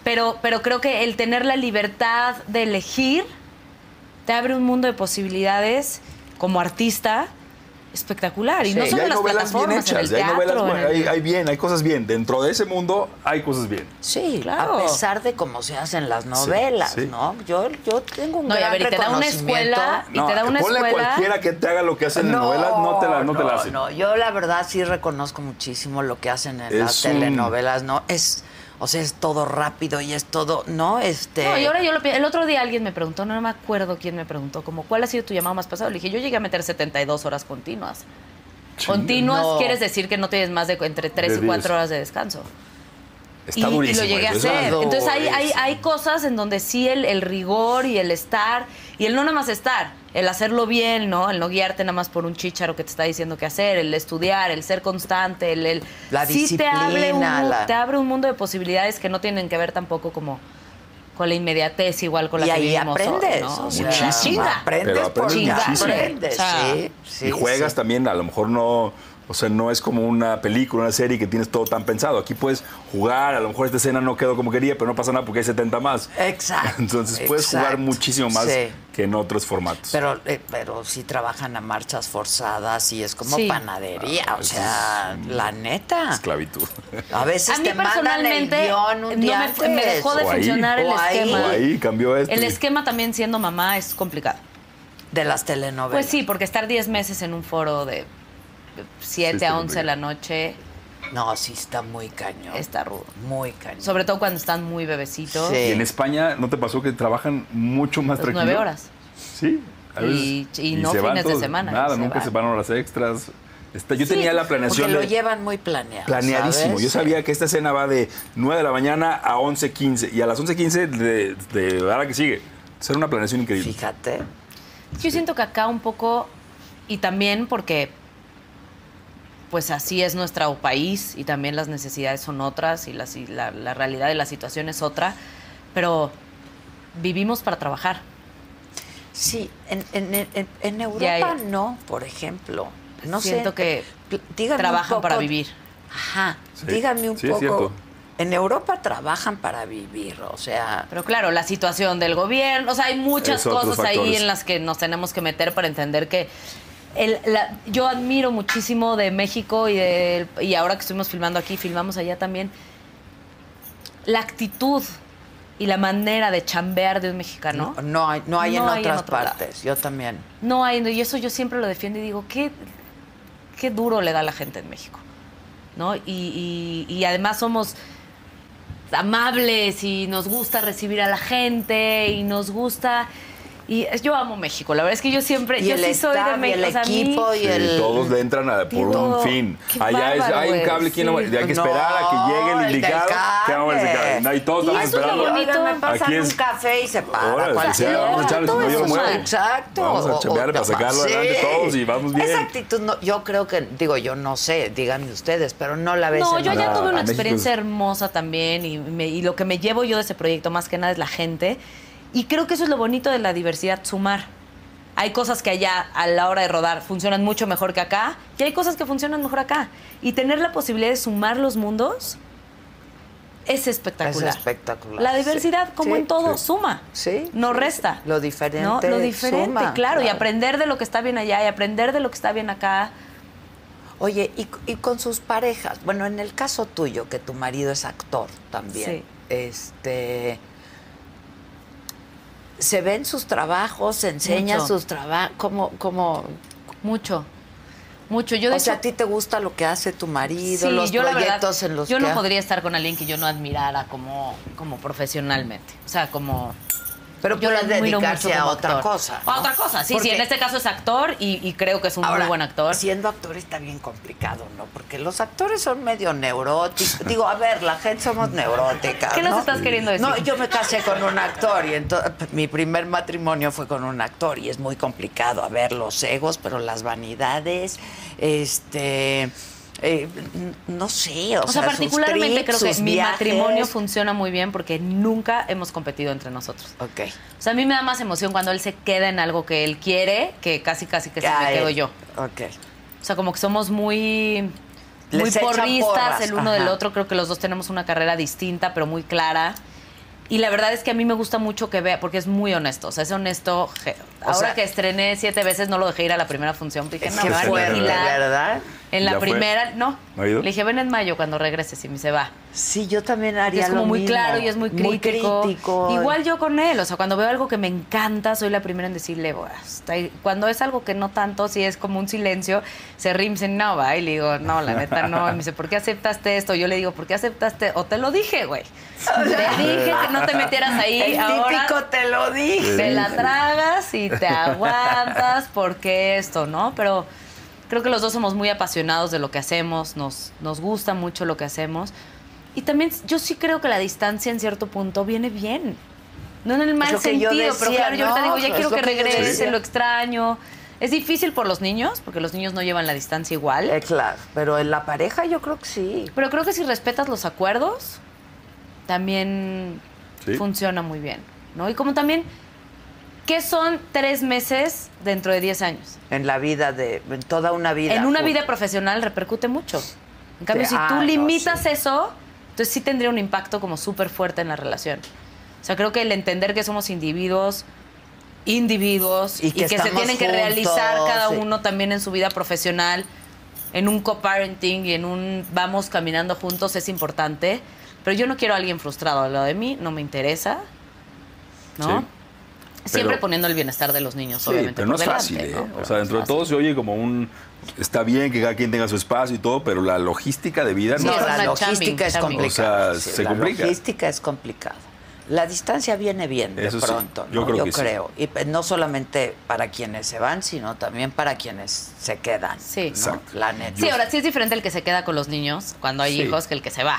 pero, pero creo que el tener la libertad de elegir te abre un mundo de posibilidades como artista espectacular. Y no Sí. solo y en hay las novelas bien plataformas, en el hechas, y hay teatro. novelas buenas, en el- hay, hay bien, hay cosas bien. Dentro de ese mundo hay cosas bien. Sí, Claro. a pesar de cómo se hacen las novelas, sí. ¿no? Yo, yo tengo un No, y a gran ver, y te da una reconocimiento. escuela Y te da una ponle a escuela- cualquiera que te haga lo que hacen en novelas, no te la, no te la hacen. no, yo la verdad sí reconozco muchísimo lo que hacen en las Es un- telenovelas, ¿no? Es, o sea, es todo rápido y es todo, ¿no? Este. No, y ahora yo lo pienso. El otro día alguien me preguntó, no me acuerdo quién me preguntó, como, ¿cuál ha sido tu llamado más pasado? Le dije, yo llegué a meter 72 horas continuas. Continuas No. quieres decir que no tienes más de entre 3 De y 4 10. horas de descanso. Está y, y durísimo lo llegué a eso, ¿eh? es hacer. una- Entonces hay, hay, hay cosas en donde sí el, el rigor y el estar, y el no nada más estar, el hacerlo bien, ¿no? El no guiarte nada más por un chicharo que te está diciendo qué hacer, el estudiar, el ser constante, el... el- La sí te abre, un, disciplina, mu- la- te abre un mundo de posibilidades que no tienen que ver tampoco como con la inmediatez igual con la y que ahí vivimos hoy, aprendes, ¿no? o O sea, sea, Muchísimo. chinga. Aprendes Pero por aprendes chinga, muchísimo. aprendes, O sea, sí, sí, y juegas sí. también, a lo mejor no, O sea, no es como una película, una serie que tienes todo tan pensado. Aquí puedes jugar, a lo mejor esta escena no quedó como quería, pero no pasa nada porque hay 70 más. Exacto. Entonces puedes jugar exacto. muchísimo más Sí. que en otros formatos. Pero, eh, pero sí trabajan a marchas forzadas y es como Sí. panadería, Ah, o eso sea, es- la neta. Esclavitud. A veces A mí te mandan el personalmente guión un día no me, me antes. dejó de O ahí. funcionar el O ahí. O esquema. ahí cambió esto. El y- esquema también siendo mamá es complicado. De las telenovelas. Pues sí, porque estar 10 meses en un foro de 7 está a bien 11 de la noche No, sí está muy cañón. está rudo. muy cañón. Sobre todo cuando están muy bebecitos. Sí. Y en España, ¿no te pasó que trabajan mucho más Pues tranquilo? nueve horas. Sí. a veces. Y- y no se van fines de todos. semana, Nada, se nunca van. se van horas extras. Está- yo Sí, tenía la porque planeación lo de- llevan muy planeado. Planeadísimo. ¿sabes? Yo sabía que esta escena va de 9 de la mañana a 11.15 y a las 11.15 de, de la hora que sigue. Entonces, Era una planeación increíble. Fíjate. Yo siento que acá un poco, y también porque pues así es nuestro país y también las necesidades son otras y, las- y la, la realidad de la situación es otra, pero vivimos para trabajar. Sí, en, en- en- en Europa Ya, ya. no, por ejemplo. No sé, Siento que pl- dígame un trabajan poco- para vivir. Ajá. Sí, Dígame un sí, es poco. cierto. En Europa trabajan para vivir, o sea, Pero claro, la situación del gobierno, o sea, hay muchas Es otros cosas ahí factores. en las que nos tenemos que meter para entender que el- la- yo admiro muchísimo de México y, de- y ahora que estuvimos filmando aquí, filmamos allá también, la actitud y la manera de chambear de un mexicano. no, no hay, no hay No en hay en otras otro lado. partes. Yo también. No hay, y eso yo siempre lo defiendo y digo, qué, qué duro le da la gente en México, ¿no? Y, y- y además somos amables y nos gusta recibir a la gente y nos gusta... Y es- yo amo México, la verdad es que yo siempre, Y yo el sí soy de staff, y el México. o sea, a mí- equipo, y Sí, el... Todos le entran a- por Digo, un fin. qué Allá es, bárbaro, hay un güey, cable, ¿quién sí. no va- hay que esperar a No, que llegue el el del indicado. que vamos a decir, cable. "Ay, todos Y estamos eso es lo esperando. bonito. Oigan, me pasan Aquí un es- café y se para. Órale, cualquiera. sí, vamos a echarle, Todo si no, yo eso muero. es- Exacto. Vamos a O- chambearle o- para sacarlo adelante todos y vamos bien. Esa actitud, no- yo creo que, digo, yo no sé, díganme ustedes, pero no la ves No, en yo otro- ya No, tuve a una México experiencia es- hermosa también y, me- y lo que me llevo yo de ese proyecto más que nada es la gente. Y creo que eso es lo bonito de la diversidad, sumar. Hay cosas que allá a la hora de rodar funcionan mucho mejor que acá y hay cosas que funcionan mejor acá. Y tener la posibilidad de sumar los mundos es espectacular. Es espectacular, La sí. diversidad, como Sí. en todo, suma. Sí, No sí, resta. sí. Lo diferente ¿no? Lo diferente, suma, claro. Y claro. aprender de lo que está bien allá y aprender de lo que está bien acá. Oye, y, y con sus parejas, bueno, en el caso tuyo, que tu marido es actor también, Sí. este... ¿Se ven sus trabajos? ¿Se enseñan Mucho. sus trabajos? ¿Cómo, cómo, Mucho. Mucho. Yo de o sea, hecho- a ti te gusta lo que hace tu marido, Sí, los yo la verdad, proyectos en los yo que no ha- podría estar con alguien que yo no admirara como, como profesionalmente. O sea, como. Pero yo lo puede admiro dedicarse mucho a como otra actor. cosa, ¿no? A otra cosa, sí, Porque- sí. En este caso es actor y, y creo que es un muy buen actor. Siendo actor está bien complicado, ¿no? Porque los actores son medio neuróticos. Digo, a ver, la gente somos neuróticas. ¿Qué ¿no? nos estás queriendo decir? No, yo me casé con un actor y entonces mi primer matrimonio fue con un actor y es muy complicado. A ver, los egos, pero las vanidades, este. eh, n- no sé, o, O sea, sus particularmente trips, creo que sus mi viajes. matrimonio funciona muy bien porque nunca hemos competido entre nosotros. Ok. O sea, a mí me da más emoción cuando él se queda en algo que él quiere que casi, casi que se Ya, me quedo eh, yo. Ok. O sea, como que somos muy, Les muy echan porristas porras, el uno ajá. del otro. Creo que los dos tenemos una carrera distinta, pero muy clara. Y la verdad es que a mí me gusta mucho que vea, porque es muy honesto. O sea, es honesto. je- O Ahora sea- que estrené siete veces, no lo dejé ir a la primera función. Dije, Es no, que me van a fuerte, vigilar". ¿verdad? En la ¿Ya fue? primera, no. ¿No ha ido? Le dije, ven en mayo cuando regreses y me se va. Sí, yo también haría Y es como lo muy mismo. claro y es muy crítico. crítico. Igual yo con él, o sea, cuando veo algo que me encanta, soy la primera en decirle, "Buah, está ahí". cuando es algo que no tanto, si es como un silencio, se rimse, no, va, y le digo, no, la neta no, y me dice, ¿por qué aceptaste esto? Yo le digo, ¿por qué aceptaste? O te lo dije, güey. Te dije que no te metieras ahí, El ahora típico te lo dije. te la tragas y te aguantas porque esto, ¿no? Pero creo que los dos somos muy apasionados de lo que hacemos, nos, nos gusta mucho lo que hacemos. Y también yo sí creo que la distancia en cierto punto viene bien. No en el mal lo que yo sentido, pero decía, claro, yo ahorita ¿no? digo, ya Es quiero lo que que yo regrese, decía. lo extraño. Es difícil por los niños, porque los niños no llevan la distancia igual. Eh, claro, pero en la pareja yo creo que sí. Pero creo que si respetas los acuerdos, también Sí. funciona muy bien, ¿no? Y como también ¿Qué son tres meses dentro de 10 años? En la vida de. En toda una vida. En una Uf. vida profesional repercute mucho. En cambio, Sí, si ah, tú no, limitas sí. eso, entonces sí tendría un impacto como súper fuerte en la relación. O sea, creo que el entender que somos individuos, individuos, Y y que que, se estamos tienen que realizar juntos, cada sí. uno también en su vida profesional, en un co-parenting y en un vamos caminando juntos es importante. Pero yo no quiero a alguien frustrado al lado de mí, no me interesa. ¿No? Sí. Siempre Pero- poniendo el bienestar de los niños, Sí, obviamente. pero no por es delante, fácil, ¿eh? ¿no? O Pero sea, no es dentro de fácil. todo se oye como un... Está bien que cada quien tenga su espacio y todo, pero la logística de vida Sí, No, es la una chambing, logística es chambing. complicada. O sea, se la complica. logística es complicada. La distancia viene bien de Eso sí, pronto, ¿no? yo creo que sí. Y pe- no solamente para quienes se van, sino también para quienes se quedan. Sí. ¿no? Exacto. La neta. Sí, ahora sí es diferente el que se queda con los niños cuando hay Sí. hijos que el que se va.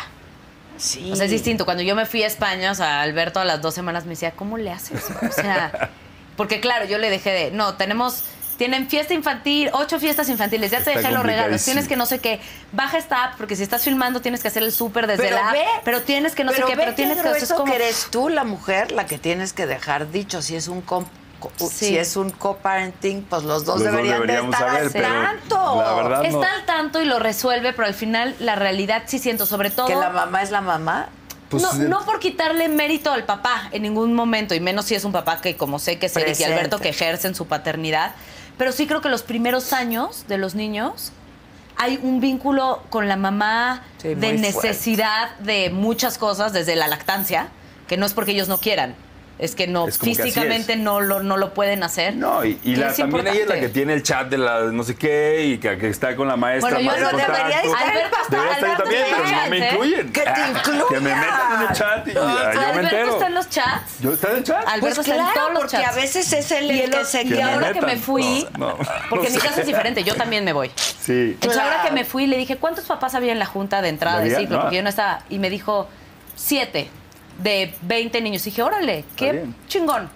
Sí. O sea, es distinto. Cuando yo me fui a España, o sea, Alberto a las dos semanas me decía, ¿cómo le haces? O sea, porque claro, yo le dejé de, no, tenemos, tienen fiesta infantil, ocho fiestas infantiles, ya te Está dejé los regalos, tienes complicadísimo. que no sé qué, baja esta app, porque si estás filmando tienes que hacer el súper desde Pero la app, ve- pero tienes que no sé qué, ve pero tienes que... o sea, es grueso como- que eres tú la mujer la que tienes que dejar dicho si es un com- co- Sí. si es un co-parenting, pues los dos Los dos deberían de deberíamos estar al saber, pero tanto. la verdad- no. Está al tanto y lo resuelve, pero al final la realidad sí siento, sobre todo... que la mamá es la mamá. Pues, no, eh, no por quitarle mérito al papá en ningún momento, y menos si es un papá que, como sé que es Eric y Presente. Alberto, que ejercen su paternidad, pero sí creo que los primeros años de los niños hay un vínculo con la mamá Sí, muy de fuerte. necesidad de muchas cosas, desde la lactancia, que no es porque ellos no quieran, es que no Es como que así físicamente es. no, lo, no lo pueden hacer. No, y, y la, es también ella es la que importante. tiene el chat de la no sé qué y que, que está con la maestra. Bueno, yo más en no Pero debería debería contacto. estar el Alberto papá. está- Debería estar yo Alberto también, está en pero el no me incluyen. Ah, chat, ¿eh? Que te incluyan. Que me metan en el chat y ah, yo me Alberto entero. está en los chats. Yo está en el chat. Pues, Alberto Pues está en claro, todos los porque chats. a veces es el y, que el otro- se y queda. ahora que me metan. fui, No, no, porque no mi sé. caso es diferente, yo también me voy. Sí. Entonces, Claro. ahora que me fui, le dije, ¿cuántos papás había en la junta de entrada de ¿Había? ciclo? No. Porque yo no estaba. Y me dijo, siete de 20 niños. Y dije, órale, qué bien. chingón.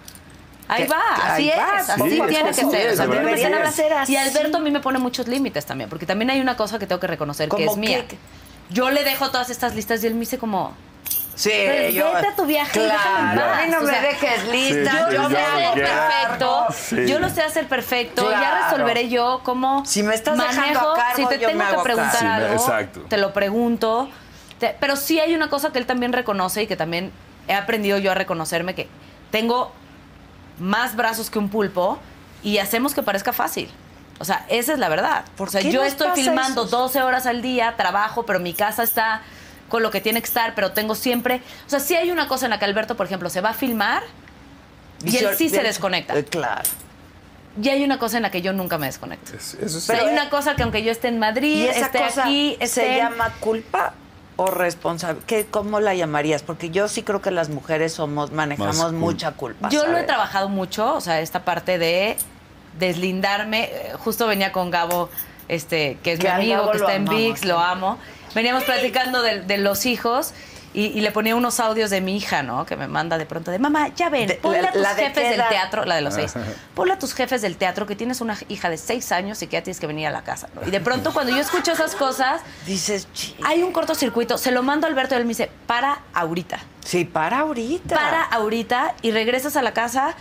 Ahí Que- va, que así ahí es, va, así sí, tiene que es como ser. es, o sea, de verdad tiene que que ser. sí es. Y Alberto a mí me pone muchos límites también, porque también hay una cosa que tengo que reconocer que ¿Cómo es mía. qué? Yo le dejo todas estas listas y él me dice como, Sí, Pero Pues vete a tu viaje y déjame en Claro. paz, A mí no o me sea, dejes lista. Sí, sí, yo yo me me hago hacer ya. perfecto. perfecto. Sí. Yo lo sé hacer perfecto. Claro. Ya resolveré yo cómo. Si me estás manejo, dejando a cargo, Si te yo me tengo hago que preguntar cargo. Sí, me- algo, exacto. te lo pregunto. Te- pero sí hay una cosa que él también reconoce y que también he aprendido yo a reconocerme que tengo más brazos que un pulpo y hacemos que parezca fácil. O sea, esa es la verdad. ¿Por o sea, qué yo nos estoy pasa filmando eso? 12 horas al día, trabajo, pero mi casa está con lo que tiene que estar, pero tengo siempre... O sea, sí hay una cosa en la que Alberto, por ejemplo, se va a filmar y él sí se desconecta. Eh, Claro. Y hay una cosa en la que yo nunca me desconecto. Es- Eso sí. hay una cosa que aunque yo esté en Madrid, Y esa esté cosa este aquí, esté... se en- llama culpa o responsabilidad. ¿Cómo la llamarías? Porque yo sí creo que las mujeres somos manejamos Más cul- mucha culpa. Yo lo he ¿sabes? trabajado mucho, o sea, esta parte de deslindarme. Eh, Justo venía con Gabo, este, que es Que mi al Gabo amigo, que lo está en amamos, VIX, lo amo. Veníamos platicando de, de los hijos y, y le ponía unos audios de mi hija, ¿no? Que me manda de pronto de mamá, ya ven, De- ponle la- a tus la de qué jefes del edad". teatro, la de los seis, ponle a tus jefes del teatro que tienes una hija de seis años y que ya tienes que venir a la casa. ¿no? Y de pronto cuando yo escucho esas cosas, Dices, "Chi". hay un cortocircuito, se lo mando a Alberto y él me dice, para ahorita sí, para ahorita. para ahorita y regresas a la casa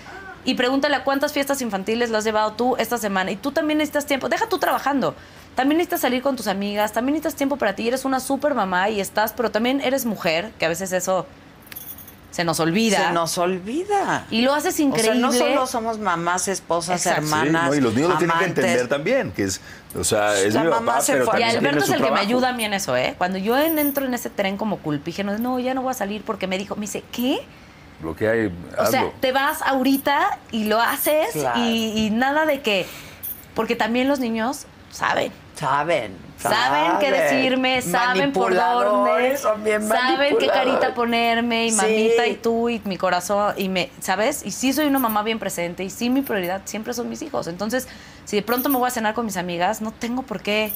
y pregúntale a cuántas fiestas infantiles lo has llevado tú esta semana. Y tú también necesitas tiempo. Deja tú trabajando. También necesitas salir con tus amigas. También necesitas tiempo para ti. Eres una super mamá y estás, pero también eres mujer, que a veces eso se nos olvida. Se nos olvida. Y lo haces O sea, increíble. no solo somos mamás, esposas, Sí, Exacto. hermanas. no, y los niños lo tienen que amantes. entender también, que es, o sea, es La mi mamá papá, se pero fue. Y también tiene Alberto es su el que me trabajo. ayuda a mí en eso, ¿eh? Cuando yo en- entro en ese tren como culpije, no, no, ya no voy a salir porque me dijo, me dice, ¿qué? Lo que hay, O sea, hazlo. te vas ahorita y lo haces Claro. y, y nada de que... Porque también los niños saben. Saben. Saben qué decirme, saben por dónde, Manipuladores, son bien saben qué carita manipuladores. ponerme y Sí. mamita y tú y mi corazón y me, ¿sabes? Y sí soy una mamá bien presente y sí mi prioridad siempre son mis hijos. Entonces, si de pronto me voy a cenar con mis amigas, no tengo por qué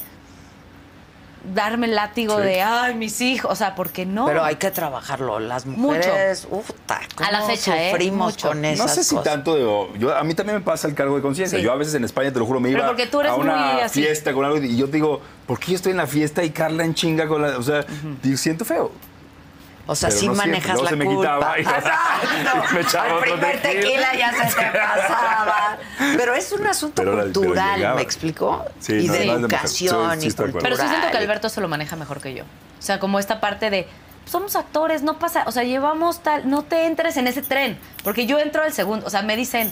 darme el látigo Sí. de, ay, mis hijos, o sea, porque no. Pero hay que trabajarlo. Las Mucho. mujeres, uf, ta, A la cómo fecha, ¿eh? sufrimos Mucho. con esas No sé si cosas. tanto de. Yo, a mí también me pasa el cargo de conciencia. Sí. Yo a veces en España, te lo juro, me Pero iba porque tú eres a una muy así. fiesta con algo y yo digo, ¿por qué yo estoy en la fiesta y Carla en chinga con la. O sea, digo, siento feo. O sea, Pero sí no siempre. manejas Luego la se me culpa. quitaba y- Exacto. y me echaba Al otro primer tequila. tequila. ya se te pasaba. Pero es un asunto Pero la- pero cultural, llegaba. ¿me explico? Sí, y de no, no, es demasiado. educación Sí, sí y estoy de cultural. acuerdo. Pero sí siento que Alberto se lo maneja mejor que yo. O sea, como esta parte de "Pues somos actores, no pasa, o sea, llevamos tal, no te entres en ese tren, porque yo entro al segundo, o sea, me dicen,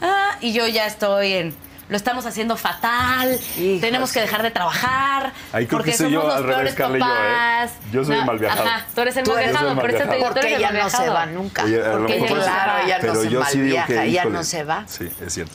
ah, y yo ya estoy en, lo estamos haciendo fatal, Hijos. tenemos que dejar de trabajar, Ahí creo porque que soy somos yo los al revés, peores Carla y yo, ¿eh? papás. Yo soy el mal viajado. Ajá, tú eres el Tú mal eres el viajado, mal por eso te digo, viajado. tú eres Porque el ella mal no se viajado. va nunca. Oye, a lo porque mejor- claro, ella no Pero se yo sí digo malviaja, que. ella híjole, no se va. Sí, es cierto.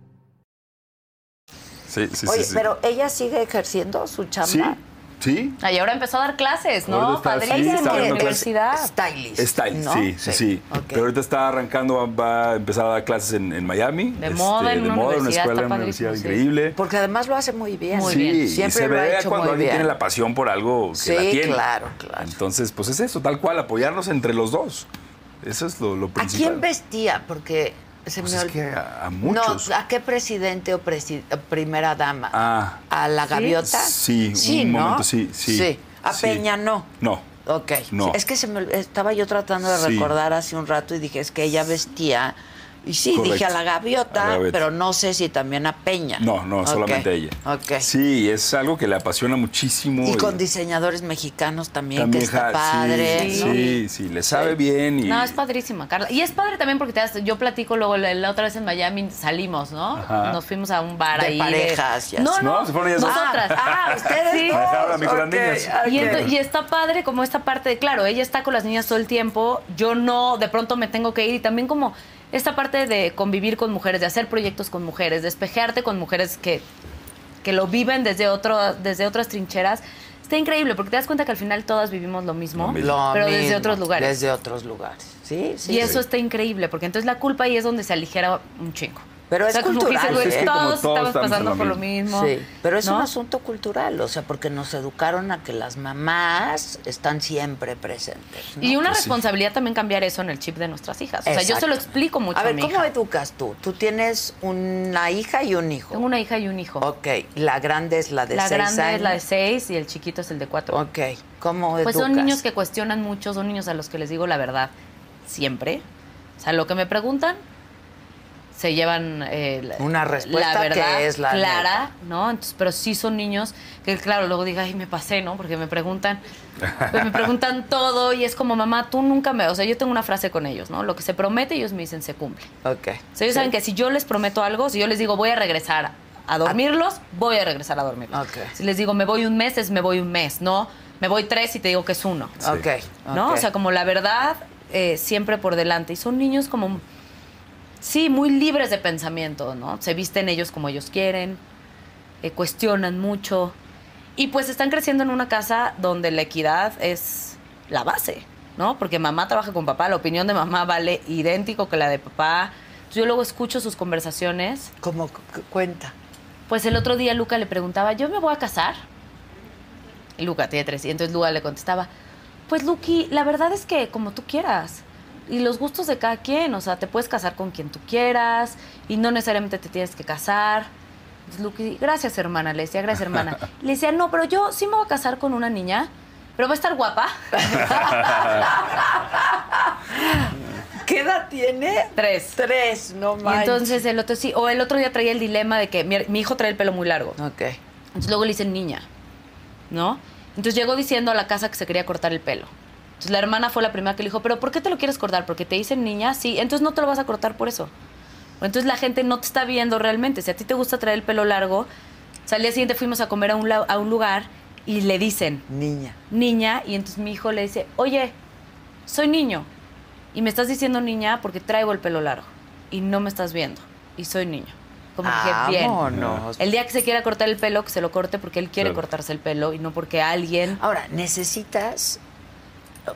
Sí, sí, Oye, sí, sí. pero ella sigue ejerciendo su chamba. Sí, sí. Ay, ahora empezó a dar clases, Ahorita ¿no? está así, Padrísimo, está en la dando clases. universidad. Stylist. Style, ¿no? sí, sí, sí. Ok. Pero ahorita está arrancando, va- va a empezar a dar clases en, en Miami. De moda en una universidad, escuela, está en una universidad padrísimo, sí. increíble. Porque además lo hace muy bien. Muy sí, bien. y Siempre se lo ha ve hecho cuando muy alguien bien. tiene la pasión por algo que Sí, la tiene. claro, claro. Entonces, pues es eso, tal cual, apoyarnos entre los dos. Eso es lo, lo ¿A principal. quién vestía? Porque se Pues me es ol- que a- a muchos. No, ¿a qué presidente o presi- o primera dama? Ah. ¿A la gaviota? Sí, un ¿no? momento, sí, sí, A sí. Peña no. No. Ok. No. Es que se me, estaba yo tratando de Sí. recordar hace un rato y dije, es que ella vestía. Y sí, Correcto. dije a la gaviota, A la gaviota. pero no sé si también a Peña. No, no, Ok, solamente ella. Ok. Sí, es algo que le apasiona muchísimo. Y con diseñadores mexicanos también, también que está ja- padre. Sí, ¿no? sí, sí, le sabe bien. Y, No, es padrísima, Carla. Y es padre también porque te das- yo platico luego, la, la otra vez en Miami salimos, ¿no? Ajá. Nos fuimos a un bar De ahí. parejas, ya No, sé. no, No, se fueron ellas dos. nosotras. Ah, ustedes Sí. dos. Me dejaron a mí con las Ok, niñas. ok. Y, ento- y está padre como esta parte de, claro, ella está con las niñas todo el tiempo, yo no, de pronto me tengo que ir y también como esta parte de convivir con mujeres, de hacer proyectos con mujeres, despejarte con mujeres que, que lo viven desde, otro, desde otras trincheras, está increíble porque te das cuenta que al final todas vivimos lo mismo, Lo mismo. Lo pero desde mismo, otros lugares. Desde otros lugares. Sí, sí. y sí. eso está increíble, porque entonces la culpa ahí es donde se aligera un chingo. Pero es como cultural, que dices, ¿eh? güey, Como todos todos, estamos estamos en pasando lo por lo mismo. Sí, pero es ¿no? un asunto cultural, o sea, porque nos educaron a que las mamás están siempre presentes. ¿no? Y Pues una responsabilidad también cambiar eso en el chip de nuestras hijas. O sea, yo se Exacto. lo explico mucho a, A ver, mi ¿cómo hija. educas tú? Tú tienes una hija y un hijo. Tengo una hija y un hijo. Ok, la grande es la de la seis grande años. es la de seis y el chiquito es el de cuatro. Ok, ¿cómo Pues educas? son niños que cuestionan mucho, son niños a los que les digo la verdad siempre. O sea, lo que me preguntan se llevan eh, la- Una respuesta la verdad que es la clara, ¿no? Entonces, pero sí son niños que claro, luego diga, "Ay, me pasé", ¿no? Porque me preguntan pues, me preguntan todo y es como, "Mamá, tú nunca me, o sea, yo tengo una frase con ellos, ¿no? Lo que se promete ellos me dicen se cumple." Ok. O sea, ellos saben que si yo les prometo algo, si yo les digo voy a regresar a dormirlos, voy a regresar a dormirlos. Ok. Si les digo me voy un mes, es me voy un mes, ¿no? Me voy tres y te digo que es uno. Ok, ok. ¿No? O sea, como la verdad eh, siempre por delante. Y son niños como, sí, muy libres de pensamiento, ¿no? Se visten ellos como ellos quieren, eh, cuestionan mucho. Y pues están creciendo en una casa donde la equidad es la base, ¿no? Porque mamá trabaja con papá, la opinión de mamá vale idéntico que la de papá. Entonces, Yo luego escucho sus conversaciones Como cu- cuenta. pues el otro día Luca le preguntaba, ¿yo me voy a casar? Y Luca tiene tres. Y entonces Luca le contestaba, pues Luqui, la verdad es que como tú quieras. Y los gustos de cada quien, o sea, te puedes casar con quien tú quieras y no necesariamente te tienes que casar. Entonces, Luqui, gracias hermana, le decía, gracias hermana. Y Le decía, no, pero yo sí me voy a casar con una niña, pero va a estar guapa. ¿Qué edad tiene? Tres. Tres, no Y manches. entonces el otro sí, o el otro día traía el dilema de que mi, mi hijo trae el pelo muy largo. Ok. Entonces luego le dicen niña, ¿no? Entonces llegó diciendo a la casa que se quería cortar el pelo. Entonces la hermana fue la primera que le dijo, ¿pero por qué te lo quieres cortar? ¿Porque te dicen niña? Sí, entonces no te lo vas a cortar por eso. O Entonces la gente no te está viendo realmente. Si a ti te gusta traer el pelo largo, o sea, al día siguiente fuimos a comer a un, la- a un lugar y le dicen Niña. niña y entonces mi hijo le dice, oye, soy niño y me estás diciendo niña porque traigo el pelo largo y no me estás viendo y soy niño. Como que dije, bien. Vámonos. El día que se quiera cortar el pelo, que se lo corte porque él quiere Claro. Ah, cortarse el pelo y no porque alguien. Ahora, necesitas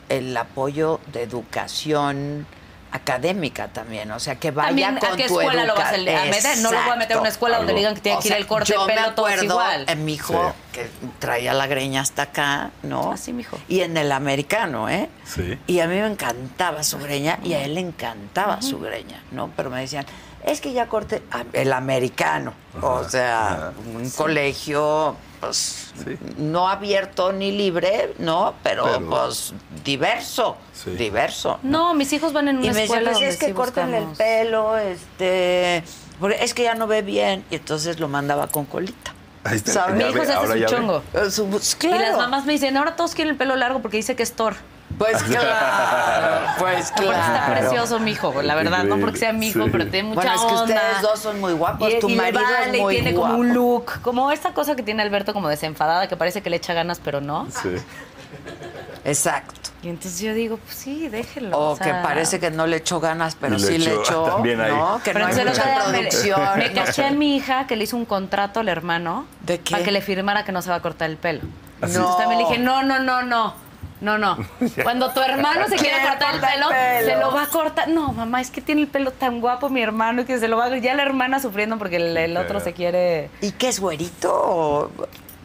el apoyo de educación académica también, o sea, que vaya También, con ¿a qué tu escuela lo vas a, educa- a meter? No lo voy a meter a una escuela donde Algo. le digan que tiene O que ir sea, el corte yo me de pelo todos acuerdo igual. En mi hijo, que traía la greña hasta acá, ¿no? Así, mijo. Y en el americano, ¿eh? Sí. Y a mí me encantaba su greña y a él le encantaba su greña, ¿no? Pero me decían, es que ya corte ah, el americano. O sea, un colegio, pues, Sí. no abierto ni libre, ¿no? Pero, Pero- pues, diverso, Sí. diverso. No, mis hijos van en una Y me decían, escuela "Pues, donde es que sí córtenle el buscamos". pelo, este, porque es que ya no ve bien. Y entonces lo mandaba con colita. Ahí está. ¿Sabes? Mi Ya hijo ve, se hace ahora su ya ve. chongo. Eh, su- pues, claro. Y las mamás me dicen, ahora todos quieren el pelo largo porque dice que es Thor. Pues claro, pues Porque claro. está precioso mi hijo, la verdad, no porque sea mi hijo, Sí. pero tiene mucha bueno, es que onda. ustedes dos son muy guapos. y, tu y le marido vale, es y muy tiene guapo. como un look, como esta cosa que tiene Alberto como desenfadada, que parece que le echa ganas, pero no. Sí. Exacto. Y entonces yo digo, pues sí, déjenlo. O, sea, que parece que no le echó ganas, pero Y le sí le echó, echó. también ahí. No, que Pero no hay entonces el mucha otro día me- producción. Me caché a mi hija que le hizo un contrato al hermano ¿De qué? para que le firmara que no se va a cortar el pelo. ¿Ah, sí? Entonces también le dije, no, no, no, no. No, no. Cuando tu hermano se quiera cortar el pelo, se lo va a cortar. No, mamá, es que tiene el pelo tan guapo mi hermano que se lo va a... Ya la hermana sufriendo porque el, el otro se quiere... ¿Y qué es güerito? o-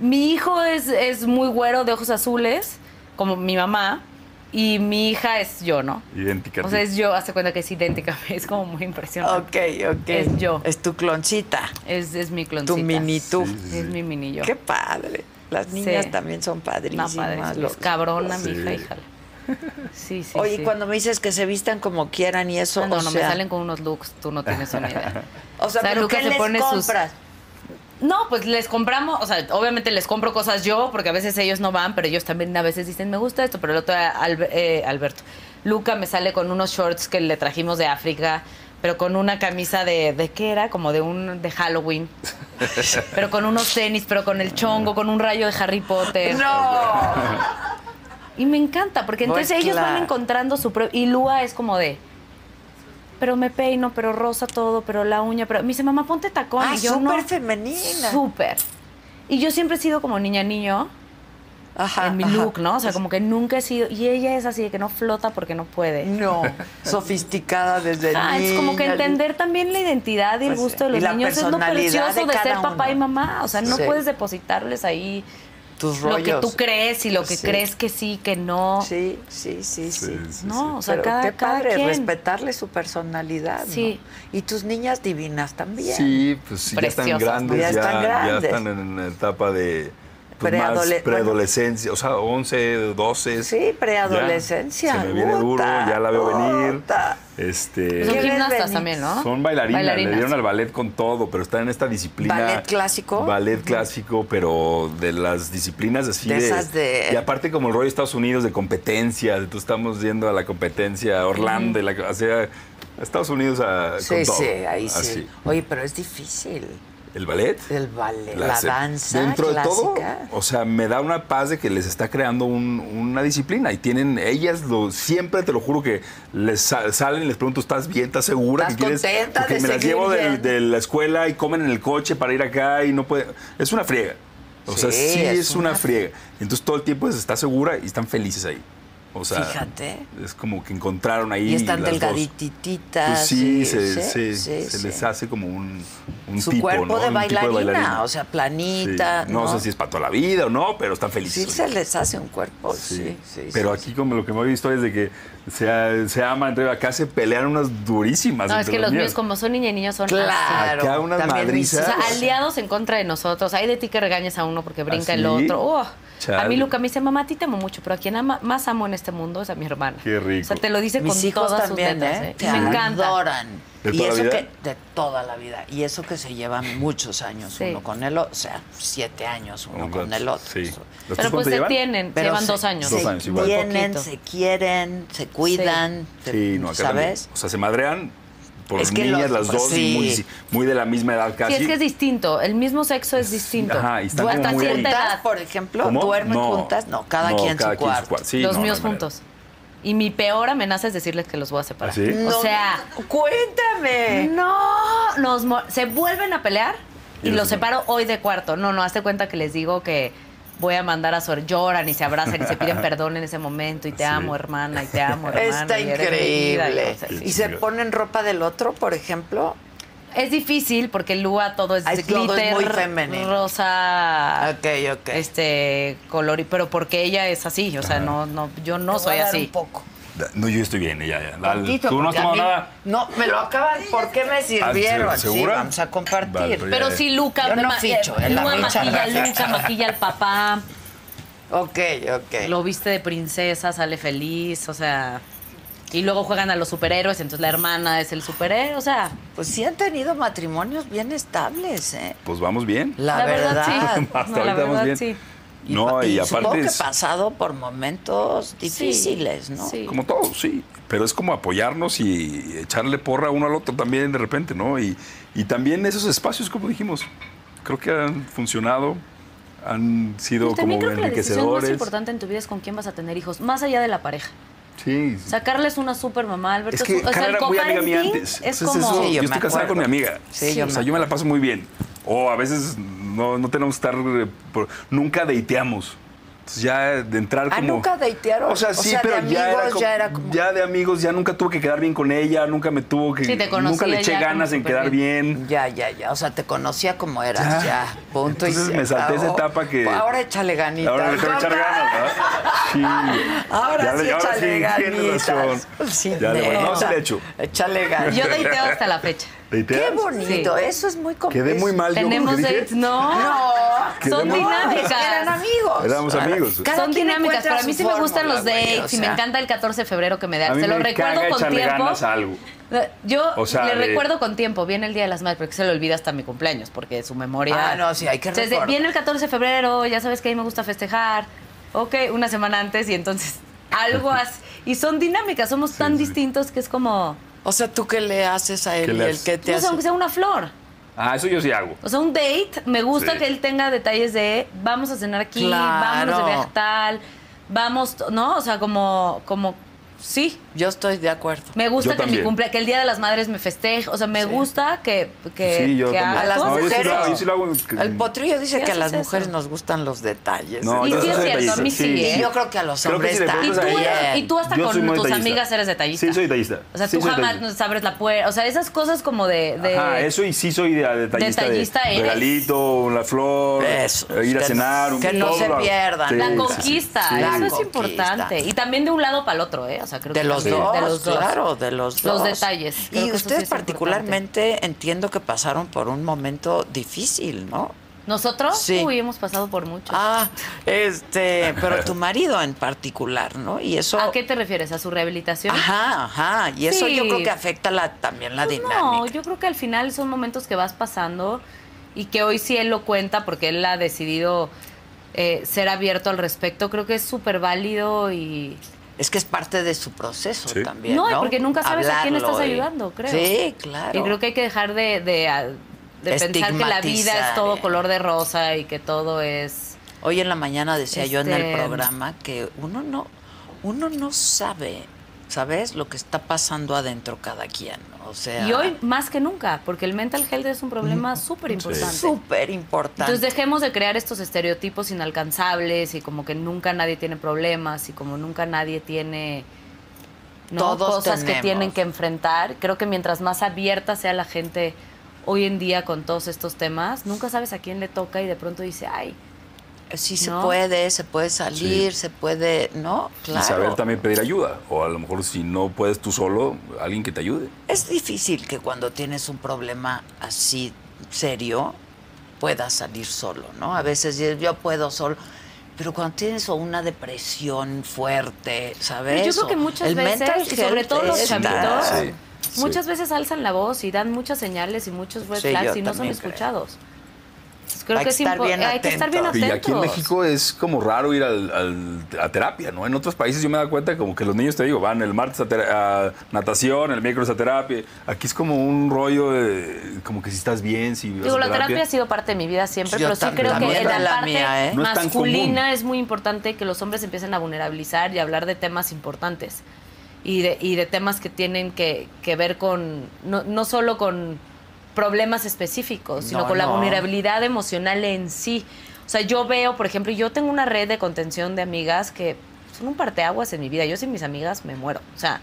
Mi hijo es, es muy güero de ojos azules, como mi mamá, y mi hija es yo, ¿no? Idéntica. a O sea, ti. es yo, hace cuenta que es idéntica, es como muy impresionante. Ok, ok. Es yo. Es tu cloncita, Es, es mi cloncita. tu mini tú. Es mi mini yo. Qué padre. Las niñas Sí. también son No, padrísimas. padre, es los- cabrona, sí. mi hija, híjala. Sí, sí, Oye, sí. y cuando me dices que se vistan como quieran y eso, No, no, o no, sea, me salen con unos looks, tú no tienes una idea. O sea, O sea, ¿pero Lucas qué se les pone sus- compras? No, pues les compramos, o sea, obviamente les compro cosas yo, porque a veces ellos no van, pero ellos también a veces dicen, me gusta esto, pero el otro, día, Albe- eh, Alberto, Luca me sale con unos shorts que le trajimos de África, pero con una camisa de, ¿de qué era? Como de un, de Halloween, pero con unos tenis, pero con el chongo, con un rayo de Harry Potter. No. Y me encanta, porque Pues entonces ellos van claro. encontrando su propio. Y Lua es como de. Pero me peino, pero rosa todo, pero la uña, pero. Me dice, mamá, ponte tacón. Ah, y yo no. súper femenina. Súper. Y yo siempre he sido como niña niño Ajá, en mi Ah, ajá. look, ¿no? O sea, como que nunca he sido. Y ella es así de que no flota porque no puede. No, sofisticada desde Ah, es como que niña. entender también la identidad y el Pues gusto de sí. los Y la niños es lo personalidad de precioso de, ser cada papá uno. y mamá. O sea, no Sí. puedes depositarles ahí tus lo rollos. que tú crees y lo que Sí. crees que sí, que no. Sí, sí, sí, sí. No, o sea, Pero cada, qué cada padre, quien. respetarle su personalidad. ¿no? Sí. Y tus niñas divinas también. Sí, pues sí, ya están Preciosas, grandes, ¿no? Ya ya, están ya grandes. están en la etapa de pues, más Preadole- preadolescencia, o sea, 11, 12. Sí, preadolescencia. Ya, Se me viene duro, Puta, ya la veo venir. puta. Este, Son ¿Qué les gimnastas venís? también, ¿no? Son bailarinas, le dieron al ballet con todo, pero están en esta disciplina. ¿Ballet clásico? Ballet clásico, pero de las disciplinas así De de. esas de- Y aparte, como el rollo de Estados Unidos de competencia, tú estamos yendo a la competencia, a Orlando, y la- hacia Estados Unidos a, Sí, con todo. sí, ahí sí. Así. Oye, pero es difícil. ¿El ballet? El ballet, la, se- danza Dentro de todo, clásica. o sea, me da una paz de que les está creando un- una disciplina y tienen, ellas lo, siempre te lo juro que les sa- salen, les pregunto, ¿estás bien? ¿Estás segura? ¿Estás que quieres? contenta Porque de me las seguir llevo de, yendo? de la escuela y comen en el coche para ir acá y no puede, es una friega. O sea, Sí, sí es es, una, friega. Entonces todo el tiempo es, está segura y están felices ahí. O sea, Fíjate. es como que encontraron ahí. Y están las dos. delgaditititas. Pues sí, y- se, sí, se- sí, se sí. les hace como un, un Su tipo, cuerpo ¿no? de, Un tipo bailarina, bailarina. o sea, planita. Sí. No, sé si es para toda la vida o no, pero están Sí felices. se les hace un cuerpo, sí, sí. pero sí. aquí como lo que me he visto es de que se, se aman, entre- acá se pelean unas durísimas. No, es entre que los míos, míos. como son niña y niños, son así. Claro. Acá unas también mis O madrizas. sea, hijas. aliados en contra de nosotros. Hay de ti que regañas a uno porque brinca ¿Ah, el sí? otro. Oh, A Chale. mí Luca me dice, mamá, a ti te amo mucho, pero a quien ama- más amo en este mundo es a mi hermana. Qué rico. O sea, te lo dice Mis con hijos todas también, sus letras. ¿eh? ¿eh? Y Te Me encanta. adoran. ¿De y toda la eso vida? que de toda la vida y eso que se llevan muchos años Sí. uno con el otro, o sea, siete años uno Un con rato, el otro. sí. Eso. ¿Los tuyos Pero pues cuánto se llevan? tienen, Pero llevan se- dos años. Dos se años, igual. Tienen, Poquito. se quieren, se cuidan, se- Sí, no, acá también. ¿sabes? O sea, se madrean por Es que niñas los- las dos sí. y muy, muy de la misma edad Sí, casi. es que es distinto. El mismo sexo es distinto. Ajá, y están Hasta como muy cierta ahí. edad. Juntas, por ejemplo, ¿Cómo? duermen juntas, no, cada quien en su cuarto. Sí, los no, no míos hay manera. juntos. Y mi peor amenaza es decirles que los voy a separar. ¿Ah, sí? No, O sea, cuéntame. No, nos mo- se vuelven a pelear y, Y los los separo hoy de cuarto. No, no, hazte cuenta que les digo que voy a mandar a Sor lloran y se abrazan y se piden perdón en ese momento y te amo, hermana, y te amo, hermana. Está y eres mi vida, y increíble. no sé. ¿Y se ponen ropa del otro, por ejemplo? Es difícil porque Lua todo es Ay, glitter, todo es muy femenino. rosa, Ok, ok. este color, y- pero porque ella es así, o sea, no, no, yo Te no voy soy a dar así. Un poco. No, yo estoy bien, ya, ya. Dale. Tantito, Tú no has porque a tomado mí- nada. No, me lo acaban. ¿Por qué me sirvieron? Sí, ¿segura? vamos a compartir. Vale, pero Pero sí, Luca, Yo no ma- ficho, eh, en la Lua ficha, maquilla, gracias. Luca maquilla al papá, Ok, ok. lo viste de princesa, sale feliz, o sea, y luego juegan a los superhéroes, entonces la hermana es el superhéroe, o sea, Pues sí han tenido matrimonios bien estables, ¿eh? Pues vamos bien. La, verdad. sí. Hasta No, la ahorita vamos verdad, bien. sí. Y No, pa- y, supongo aparte que es pasado por momentos difíciles, ¿no? Sí. como todo, sí. Pero es como apoyarnos y echarle porra uno al otro también de repente, ¿no? Y, y también esos espacios, como dijimos, creo que han funcionado, han sido Y Pues también como creo que la decisión más enriquecedores. importante en tu vida es con quién vas a tener hijos, más allá de la pareja. Sí, sí. Sacarles una super mamá, Alberto. Es que su- o sea, Carla el era muy amiga co-parenting mía antes. Es Entonces, como... eso, Sí, yo yo me estoy casada acuerdo. con mi amiga. Sí, yo o me sea, yo me la paso muy bien. O a veces no, no tenemos que estar. eh, por- nunca dateamos. Entonces ya de entrar Ah, como. nunca datearon. O sea, sí, de pero amigos, ya, era como, ya era como- ya de amigos, ya nunca tuve que quedar bien con ella, nunca me tuvo que. Sí, te conocía nunca le eché ya como ganas en súper quedar bien. Ya, ya, ya. O sea, te conocía como eras, ya. Ya. Punto y Entonces se me salté esa acabó. etapa que- Ahora échale ganitas. Ahora le tengo que echar ganas, ¿verdad? Sí. Ahora Ya sí, le- ahora échale sí, tienes ganitas. Pues razón. Sí, Ya le voy- neta. no, sí le echo. Échale ganitas. Yo dateo hasta la fecha. Qué ¿Dateas? bonito. Eso es muy complejo. Quedé muy mal yo porque Tenemos dije, dates, no. No. Son Quedé muy- dinámicas. Eran amigos. Éramos amigos. Cada Son quien dinámicas. encuentra Para mí su sí me gustan fórmula, los güey, dates o y me sea. encanta el 14 de febrero que me A da. mí Se lo me recuerdo caga con echarle tiempo. ganas a algo. Yo O sea, le de- recuerdo con tiempo. Viene el Día de las Madres, porque se lo olvida hasta mi cumpleaños, porque su memoria... Ah, no, sí, hay que Entonces, recordar. Viene el 14 de febrero, ya sabes que a mí me gusta festejar. Ok, una semana antes y entonces algo así. Y son dinámicas, somos tan distintos que es como... O sea, ¿tú qué le haces a ¿Qué él y le él haces? qué te No sé, hace? aunque sea una flor. Ah, eso yo sí hago. O sea, un date, me gusta Sí. que él tenga detalles de vamos a cenar aquí, Claro. vámonos de viaje a tal, vamos, ¿no? O sea, como, como, sí. Yo estoy de acuerdo. Me gusta Yo que mi también. cumple, que el Día de las Madres me festeje. O sea, me gusta que, que, Sí, yo que también. haga A las No, cosas. yo sí lo mujeres. hago, yo sí lo hago. El potrillo dice ¿Qué que a las haces eso? mujeres nos gustan los detalles. No, Y yo sí es soy cierto, a mí detallista, sí, sí. ¿eh? Yo creo que a los Creo que hombres si le está Y pones tú, ahí bien. a- y tú hasta Yo con soy muy tus detallista. amigas eres detallista. Sí, soy detallista. O sea, Sí, tú soy jamás detallista. abres la puerta. O sea, esas cosas como de... de- Ajá, eso y sí soy de- detallista. Detallista de eres. regalito, la flor, Eso, eh, ir a que- cenar. un- que no todo se lo hago. pierdan. Sí, La sí, sí. conquista, sí. eso La es conquista. importante. Y también de un lado para el otro, ¿eh? O sea, creo De que los, dos, también- de los dos. claro, de los Los dos. detalles, creo Y que eso sí ustedes es particularmente entiendo que pasaron por un momento difícil, ¿no? ¿Nosotros? Sí. Uy, hemos pasado por mucho. Ah, este, pero tu marido en particular, ¿no? Y eso... ¿A qué te refieres? ¿A su rehabilitación? Ajá, ajá. Y eso yo Sí. creo que afecta la, también la Pues dinámica. No, yo creo que al final son momentos que vas pasando y que hoy sí él lo cuenta porque él ha decidido eh, ser abierto al respecto. Creo que es súper válido y... Es que es parte de su proceso Sí. también. No, No, y porque nunca sabes a quién Hablarlo estás y- ayudando, creo. Sí, claro. Y creo que hay que dejar de, de, a- de pensar que la vida Estigmatizar, es todo eh. color de rosa y que todo es... Hoy en la mañana decía yo en el Este- programa que uno no, uno no sabe, ¿sabes? Lo que está pasando adentro cada quien. O sea, Y hoy más que nunca, porque el mental health es un problema súper importante. es súper importante. Entonces dejemos de crear estos estereotipos inalcanzables y como que nunca nadie tiene problemas y como nunca nadie tiene ¿no? Todos cosas tenemos. que tienen que enfrentar. Creo que mientras más abierta sea la gente hoy en día con todos estos temas, nunca sabes a quién le toca y de pronto dice, ay, sí se ¿no? puede, se puede salir, se puede, ¿no? Claro. Y saber también pedir ayuda. O a lo mejor si no puedes tú solo, alguien que te ayude. Es difícil que cuando tienes un problema así serio puedas salir solo, ¿no? A veces dices, yo puedo solo, pero cuando tienes o una depresión fuerte, ¿sabes? Pero yo creo que O muchas el mental veces, y sobre health todo los es- chavitos, Sí, sí. muchas veces alzan la voz y dan muchas señales y muchos red Sí, yo flags y no son también creo. escuchados. Entonces, creo Hay que es estar impo- bien hay que estar bien atentos. atentos. Y aquí en México es como raro ir al- al- a terapia, ¿no? En otros países yo me he dado cuenta como que los niños, te digo, van el martes a, ter- a natación, el miércoles a terapia. Aquí es como un rollo de, como que si estás bien, si vas Digo, a la terapia ha sido parte de mi vida siempre, Yo pero sí también. creo que También en la, la parte mía, ¿eh? No es tan masculina común. es muy importante que los hombres empiecen a vulnerabilizar y a hablar de temas importantes y de, y de temas que tienen que, que ver con, no, no solo con problemas específicos, sino No, con la no. vulnerabilidad emocional en sí. O sea, yo veo, por ejemplo, yo tengo una red de contención de amigas que son un parteaguas en mi vida. Yo sin mis amigas me muero. O sea,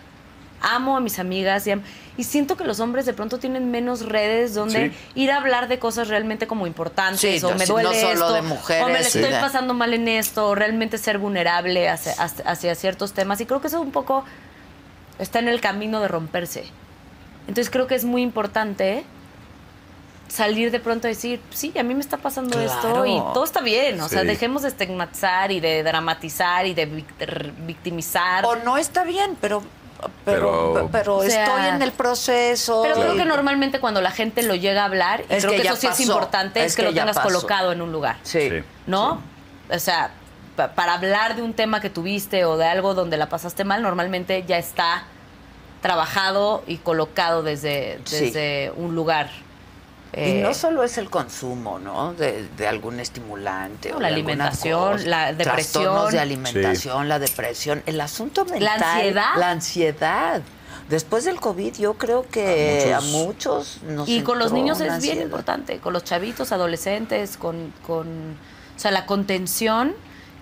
amo a mis amigas y, am- y siento que los hombres de pronto tienen menos redes donde Sí. ir a hablar de cosas realmente como importantes Sí, o no, me sí, no duele solo esto de mujeres, o me la sí. estoy de- pasando mal en esto o realmente ser vulnerable hacia, hacia- hacia ciertos temas y creo que eso un poco está en el camino de romperse. Entonces creo que es muy importante salir de pronto a decir, sí, a mí me está pasando esto Claro. y todo está bien, o sea, Sí. dejemos de estigmatizar y de dramatizar y de vict- victimizar. O no está bien, pero, pero, Pero- pero, O sea, estoy en el proceso. Pero Claro. creo que normalmente cuando la gente lo llega a hablar, y Es creo que que, ya eso sí es pasó. importante, Es es que, que lo ya tengas pasó. colocado en un lugar, Sí. Sí. ¿no? O sea, pa- para hablar de un tema que tuviste o de algo donde la pasaste mal, normalmente ya está trabajado y colocado desde, Sí. desde un lugar. Y eh, no solo es el consumo, ¿no? De, de algún estimulante. No, o la de alguna alimentación, cosa. la depresión. Trastornos de alimentación, la depresión, el asunto mental. ansiedad. La ansiedad. Después del COVID yo creo que a muchos, nos y con los entró niños es una bien ansiedad. importante, con los chavitos, adolescentes, con, con, o sea, la contención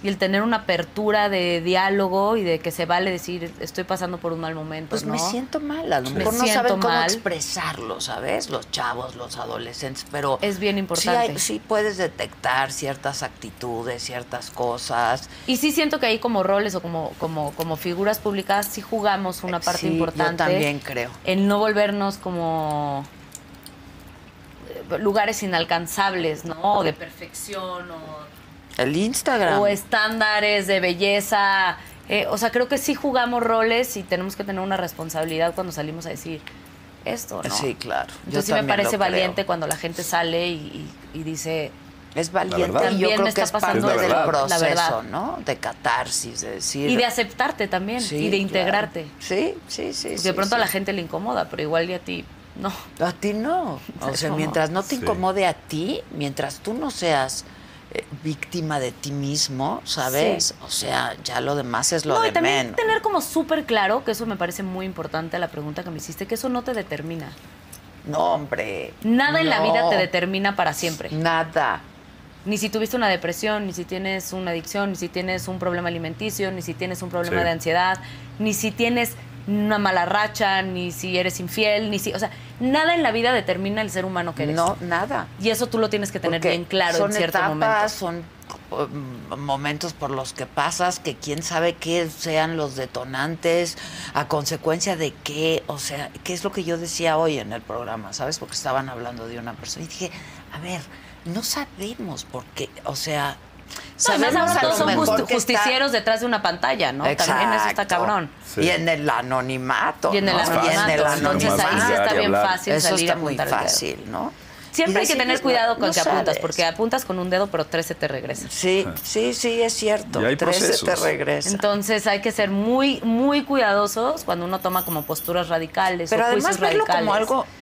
y el tener una apertura de diálogo y de que se vale decir, estoy pasando por un mal momento, Pues ¿no? me siento mal, a lo mejor no siento saben cómo mal. expresarlo, ¿sabes? Los chavos, los adolescentes, pero... Es bien importante. Sí, hay- sí puedes detectar ciertas actitudes, ciertas cosas. Y sí siento que ahí como roles o como, como, como figuras públicas sí jugamos una parte Eh, Sí, yo importante. también creo. En no volvernos como eh, lugares inalcanzables, ¿no? O de perfección o El Instagram. o estándares de belleza. Eh, o sea, creo que sí jugamos roles y tenemos que tener una responsabilidad cuando salimos a decir esto, ¿no? Sí, claro. Yo Entonces sí me también lo parece creo. valiente cuando la gente sale y, y- y dice, Es La verdad. valiente y yo También me creo está que es parte pasando eso. del La verdad. proceso, La verdad. ¿no? De catarsis, de decir... y de aceptarte también, Sí, y de claro. integrarte. Sí, sí, sí. Porque sí, de pronto sí. a la gente le incomoda, pero igual y a ti no. A ti no. O Es sea, como- mientras no te Sí. incomode a ti, mientras tú no seas eh, víctima de ti mismo, ¿sabes? Sí. O sea, ya lo demás es lo no, de y también menos. tener como súper claro, que eso me parece muy importante la pregunta que me hiciste, que eso no te determina. No, hombre. Nada en la vida no, te determina para siempre. Nada. ni si tuviste una depresión, ni si tienes una adicción, ni si tienes un problema alimenticio, ni si tienes un problema Sí. de ansiedad, ni si tienes una mala racha, ni si eres infiel, ni si, o sea, nada en la vida determina el ser humano que eres. No, nada. Y eso tú lo tienes que tener Porque bien claro son en cierto etapas, momento. Son um, momentos por los que pasas, que quién sabe qué sean los detonantes, a consecuencia de qué, o sea, qué es lo que yo decía hoy en el programa, ¿sabes? Porque estaban hablando de una persona y dije, a ver, no sabemos por qué, o sea, No, sabemos además ahora a lo todos son mejor justi- que está- justicieros detrás de una pantalla, ¿no? También eso está Exacto. cabrón. Sí. Y en el anonimato. Y en el ¿no? anonimato. Y en el Entonces ahí sí anonimato. está Y bien hablar. fácil Eso salir a está muy apuntar el dedo. fácil, ¿no? Y Siempre hay que decirles, tener no- cuidado con no que apuntas, sabes. porque apuntas con un dedo, pero 13 te regresan. Sí, sí, sí, es cierto. Y hay 13 te procesos. regresa. Entonces hay que ser muy, muy cuidadosos cuando uno toma como posturas radicales. Pero o además juicios verlo radicales. como algo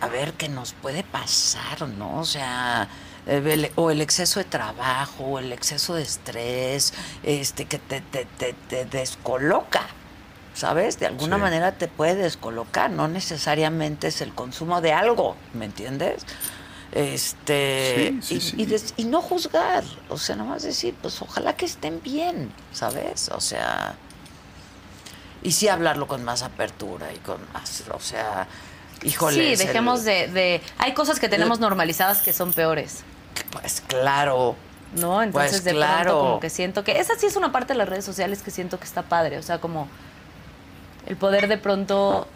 a ver qué nos puede pasar, ¿no? O sea, eh, el- o el exceso de trabajo, o el exceso de estrés, este que te, te, te, te descoloca. ¿Sabes? De alguna Sí. manera te puede descolocar, no necesariamente es el consumo de algo, ¿me entiendes? Este Sí, sí, y, sí. y des- y no juzgar, o sea, nomás decir, pues ojalá que estén bien, ¿sabes? O sea, y sí hablarlo con más apertura y con más, o sea, híjole. es Sí, el- dejemos de, de- Hay cosas que tenemos normalizadas que son peores, Pues claro. ¿no? Entonces, Pues, de pronto claro. como que siento que... Esa sí es una parte de las redes sociales que siento que está padre. O sea, como el poder de pronto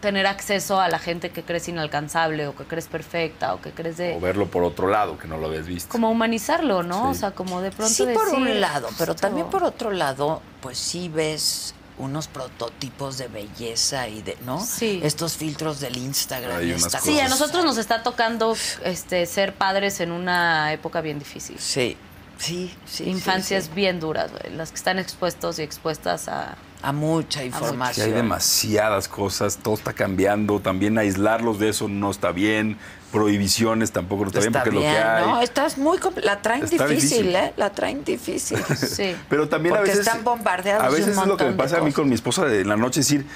tener acceso a la gente que crees inalcanzable o que crees perfecta o que crees de... O verlo por otro lado, que no lo habías visto. Como humanizarlo, ¿no? Sí. O sea, como de pronto sí, por decir, un lado, pero "Justo". también por otro lado, pues sí ves unos prototipos de belleza y de, ¿no? Sí. Estos filtros del Instagram. Hay y unas estas cosas. Sí, a nosotros nos está tocando este, ser padres en una época bien difícil. Sí, sí, sí. Infancias sí, sí. bien duras, güey, las que están expuestos y expuestas a... A mucha Sí, información. hay demasiadas cosas, todo está cambiando, también aislarlos de eso no está bien, prohibiciones tampoco no está, bien Está porque bien, es lo que hay. ¿no? Estás muy... compl- La traen Está difícil, difícil. ¿eh? La traen difícil. Sí. Pero también Porque a veces están bombardeados A de un veces es lo que me montón de pasa a mí cosas. con mi esposa de la noche decir,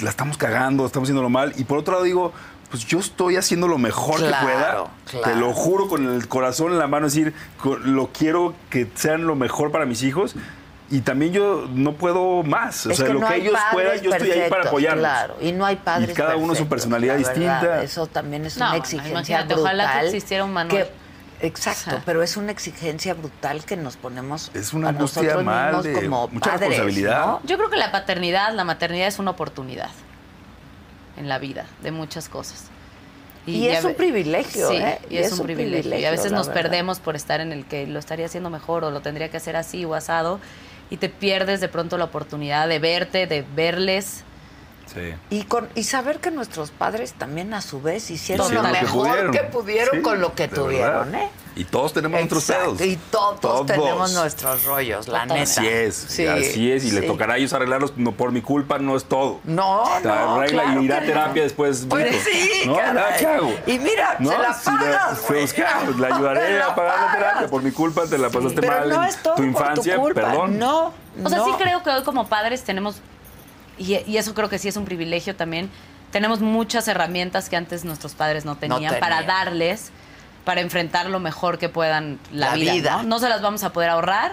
la estamos cagando, estamos haciéndolo mal y por otro lado digo, pues yo estoy haciendo lo mejor Claro, que pueda. claro. Te lo juro con el corazón en la mano decir, co- lo quiero que sean lo mejor para mis hijos. Y también yo no puedo más. O Es sea, que lo no que hay ellos padres puedan, yo estoy ahí para perfectos, apoyarlos. Claro, y no hay padres. Y cada uno su perfectos, personalidad la distinta. verdad, eso también es No, una bueno, exigencia imagínate, brutal. ojalá que existiera un manual. que- exacto, O sea. pero es una exigencia brutal que nos ponemos Es una a angustia nosotros mal mismos de como mucha padres, responsabilidad. ¿no? Yo creo que la paternidad, la maternidad es una oportunidad en la vida, de muchas cosas. Y es ya- un privilegio, Sí, ¿eh? y es, un, privilegio. Y a veces la nos verdad. perdemos por estar en el que lo estaría haciendo mejor o lo tendría que hacer así o asado. Y te pierdes de pronto la oportunidad de verte, de verles. Sí. Y, con, y saber que nuestros padres también a su vez hicieron Sí, lo lo que mejor que pudieron, pudieron. Sí, con lo que de tuvieron, verdad. ¿eh? Y todos tenemos nuestros Exacto, pedos. Y todos, tenemos nuestros rollos, la neta. Así es, Sí, así es, y le sí. tocará a ellos arreglarlos, no por mi culpa, no es todo. No, O sea, no, arregla claro y irá a que terapia no. después. Pues dijo, sí, ¿no? caray. ¿Ahora ¿Qué hago? Y mira, ¿No? se la Si la- pagas, pues, güey. ¿qué hago? La ayudaré Te la a pagar la terapia. pagas. Por mi culpa te la pasaste Pero mal no en es todo tu por infancia, culpa. perdón. No, O sea, sí no. creo que hoy como padres tenemos, y, y eso creo que sí es un privilegio también, tenemos muchas herramientas que antes nuestros padres no tenían, tenían. para darles, para enfrentar lo mejor que puedan la, La vida. vida. ¿no? No se las vamos a poder ahorrar.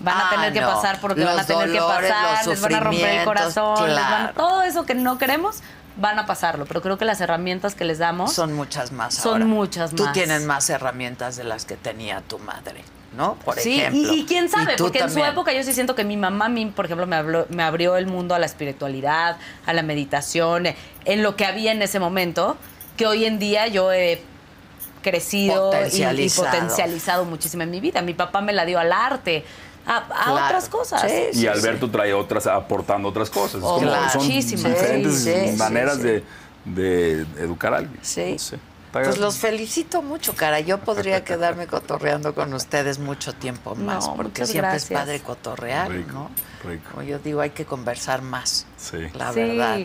Van Ah, a tener que no. pasar por lo que Los van a tener dolores, que los pasar, les van a romper el sufrimientos, corazón, les van- claro. todo eso que no queremos, van a pasarlo. Pero creo que las herramientas que les damos Son muchas más Son ahora. muchas Tú más. tienes más herramientas de las que tenía tu madre, ¿no? Por sí, y- ejemplo. Y, quién sabe, tú porque en también. su época yo sí siento que mi mamá, a mí, por ejemplo, me, habló- me abrió el mundo a la espiritualidad, a la meditación, eh, en lo que había en ese momento, que hoy en día yo he crecido y- y, Potencializado. potencializado muchísimo en mi vida. Mi papá me la dio al arte, a, a Claro. otras cosas. Sí, Y Alberto trae otras, aportando otras cosas. Es Oh, como- claro. Son Muchísimas. diferentes Sí, sí, sí, maneras sí. De, de educar a alguien. Sí. No sé. Pues los felicito mucho, cara. Yo podría quedarme cotorreando con ustedes mucho tiempo más, No, porque muchas siempre es gracias. padre cotorrear, Rico, ¿no? rico. Como yo digo, hay que conversar más. Sí. La Sí. verdad,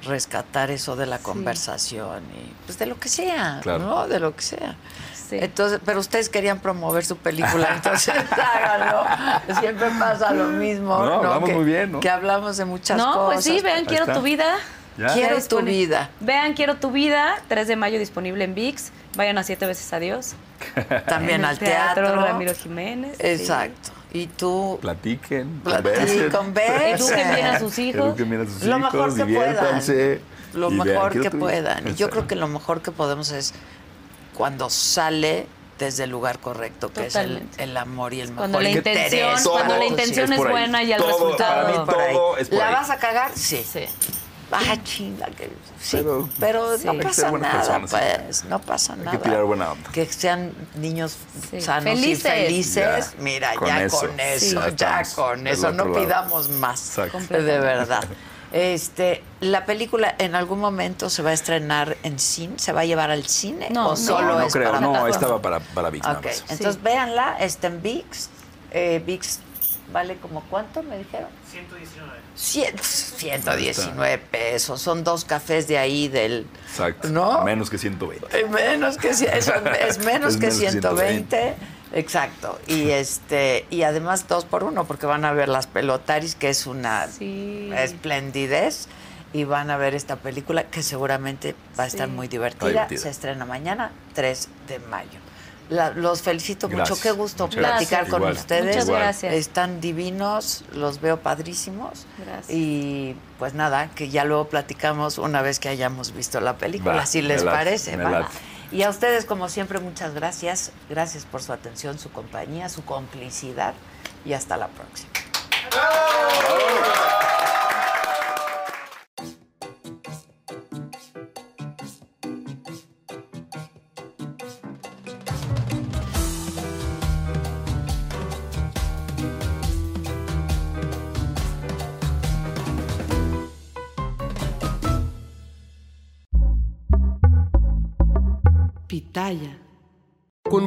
rescatar eso de la conversación y pues de lo que sea, Claro. ¿no? De lo que sea. Sí. Entonces, pero ustedes querían promover su película, entonces háganlo. Siempre pasa lo mismo. No, hablamos que, muy bien, ¿no? Que hablamos de muchas No, cosas. pues sí, vean, quiero está. tu vida. Ya. Quiero Está tu disponible. vida. Vean, quiero tu vida. 3 de mayo disponible en VIX. Vayan a siete veces adiós. También En el al teatro. Ramiro Jiménez. sí. Exacto. Y tú Platiquen, Platiquen, conversen. conversen. Eduquen bien a sus hijos. Eduquen bien a sus lo hijos, mejor que puedan. diviértanse, Lo y vean, mejor quiero que tu vida. puedan. Y yo Exacto. creo que lo mejor que podemos es cuando sale desde el lugar correcto, que es Totalmente. el- el, amor y el mejor Cuando la interés. intención, cuando Todo la intención es es por ahí. buena y el Todo, resultado. para mí por ahí. todo es por ¿La ahí. vas a cagar? Sí. Sí. Ah, chinga, que sí. Pero, Pero- no Hay que pasa ser buenas nada, personas, sí. pues. No pasa Hay que nada. tirar buena onda. Que sean niños Sí. sanos y Felices. felices. Ya, Mira, con ya eso. con Sí. eso, Ya ya estamos con del eso. No otro lado. pidamos más. Exacto. De verdad. Este, la película en algún momento se va a estrenar en cine, se va a llevar al cine No, o no, solo no es creo, para no, plataforma? esta va para, para Vix nada Ok, más. entonces véanla, está en VIX. Eh, VIX vale como cuánto me dijeron? 119. Cien- 119 pesos. Son dos cafés de ahí del. Exacto. ¿No? Menos que 120. Eh, Menos que cien- es, es menos Es que menos que 120. Exacto. Y este y además dos por uno porque van a ver las pelotaris que es una Sí. esplendidez y van a ver esta película que seguramente va a estar Sí. muy divertida. Está divertida. Se estrena mañana 3 de mayo. La- los felicito mucho, Gracias. qué gusto Muchas platicar gracias. con Igual. ustedes. Muchas Igual. gracias. Están divinos, los veo padrísimos. Gracias. Y pues nada, que ya luego platicamos una vez que hayamos visto la película, Va, si me les late, parece. me va. late. Y a ustedes, como siempre, muchas gracias. Gracias por su atención, su compañía, su complicidad. Y hasta la próxima. pantalla. Con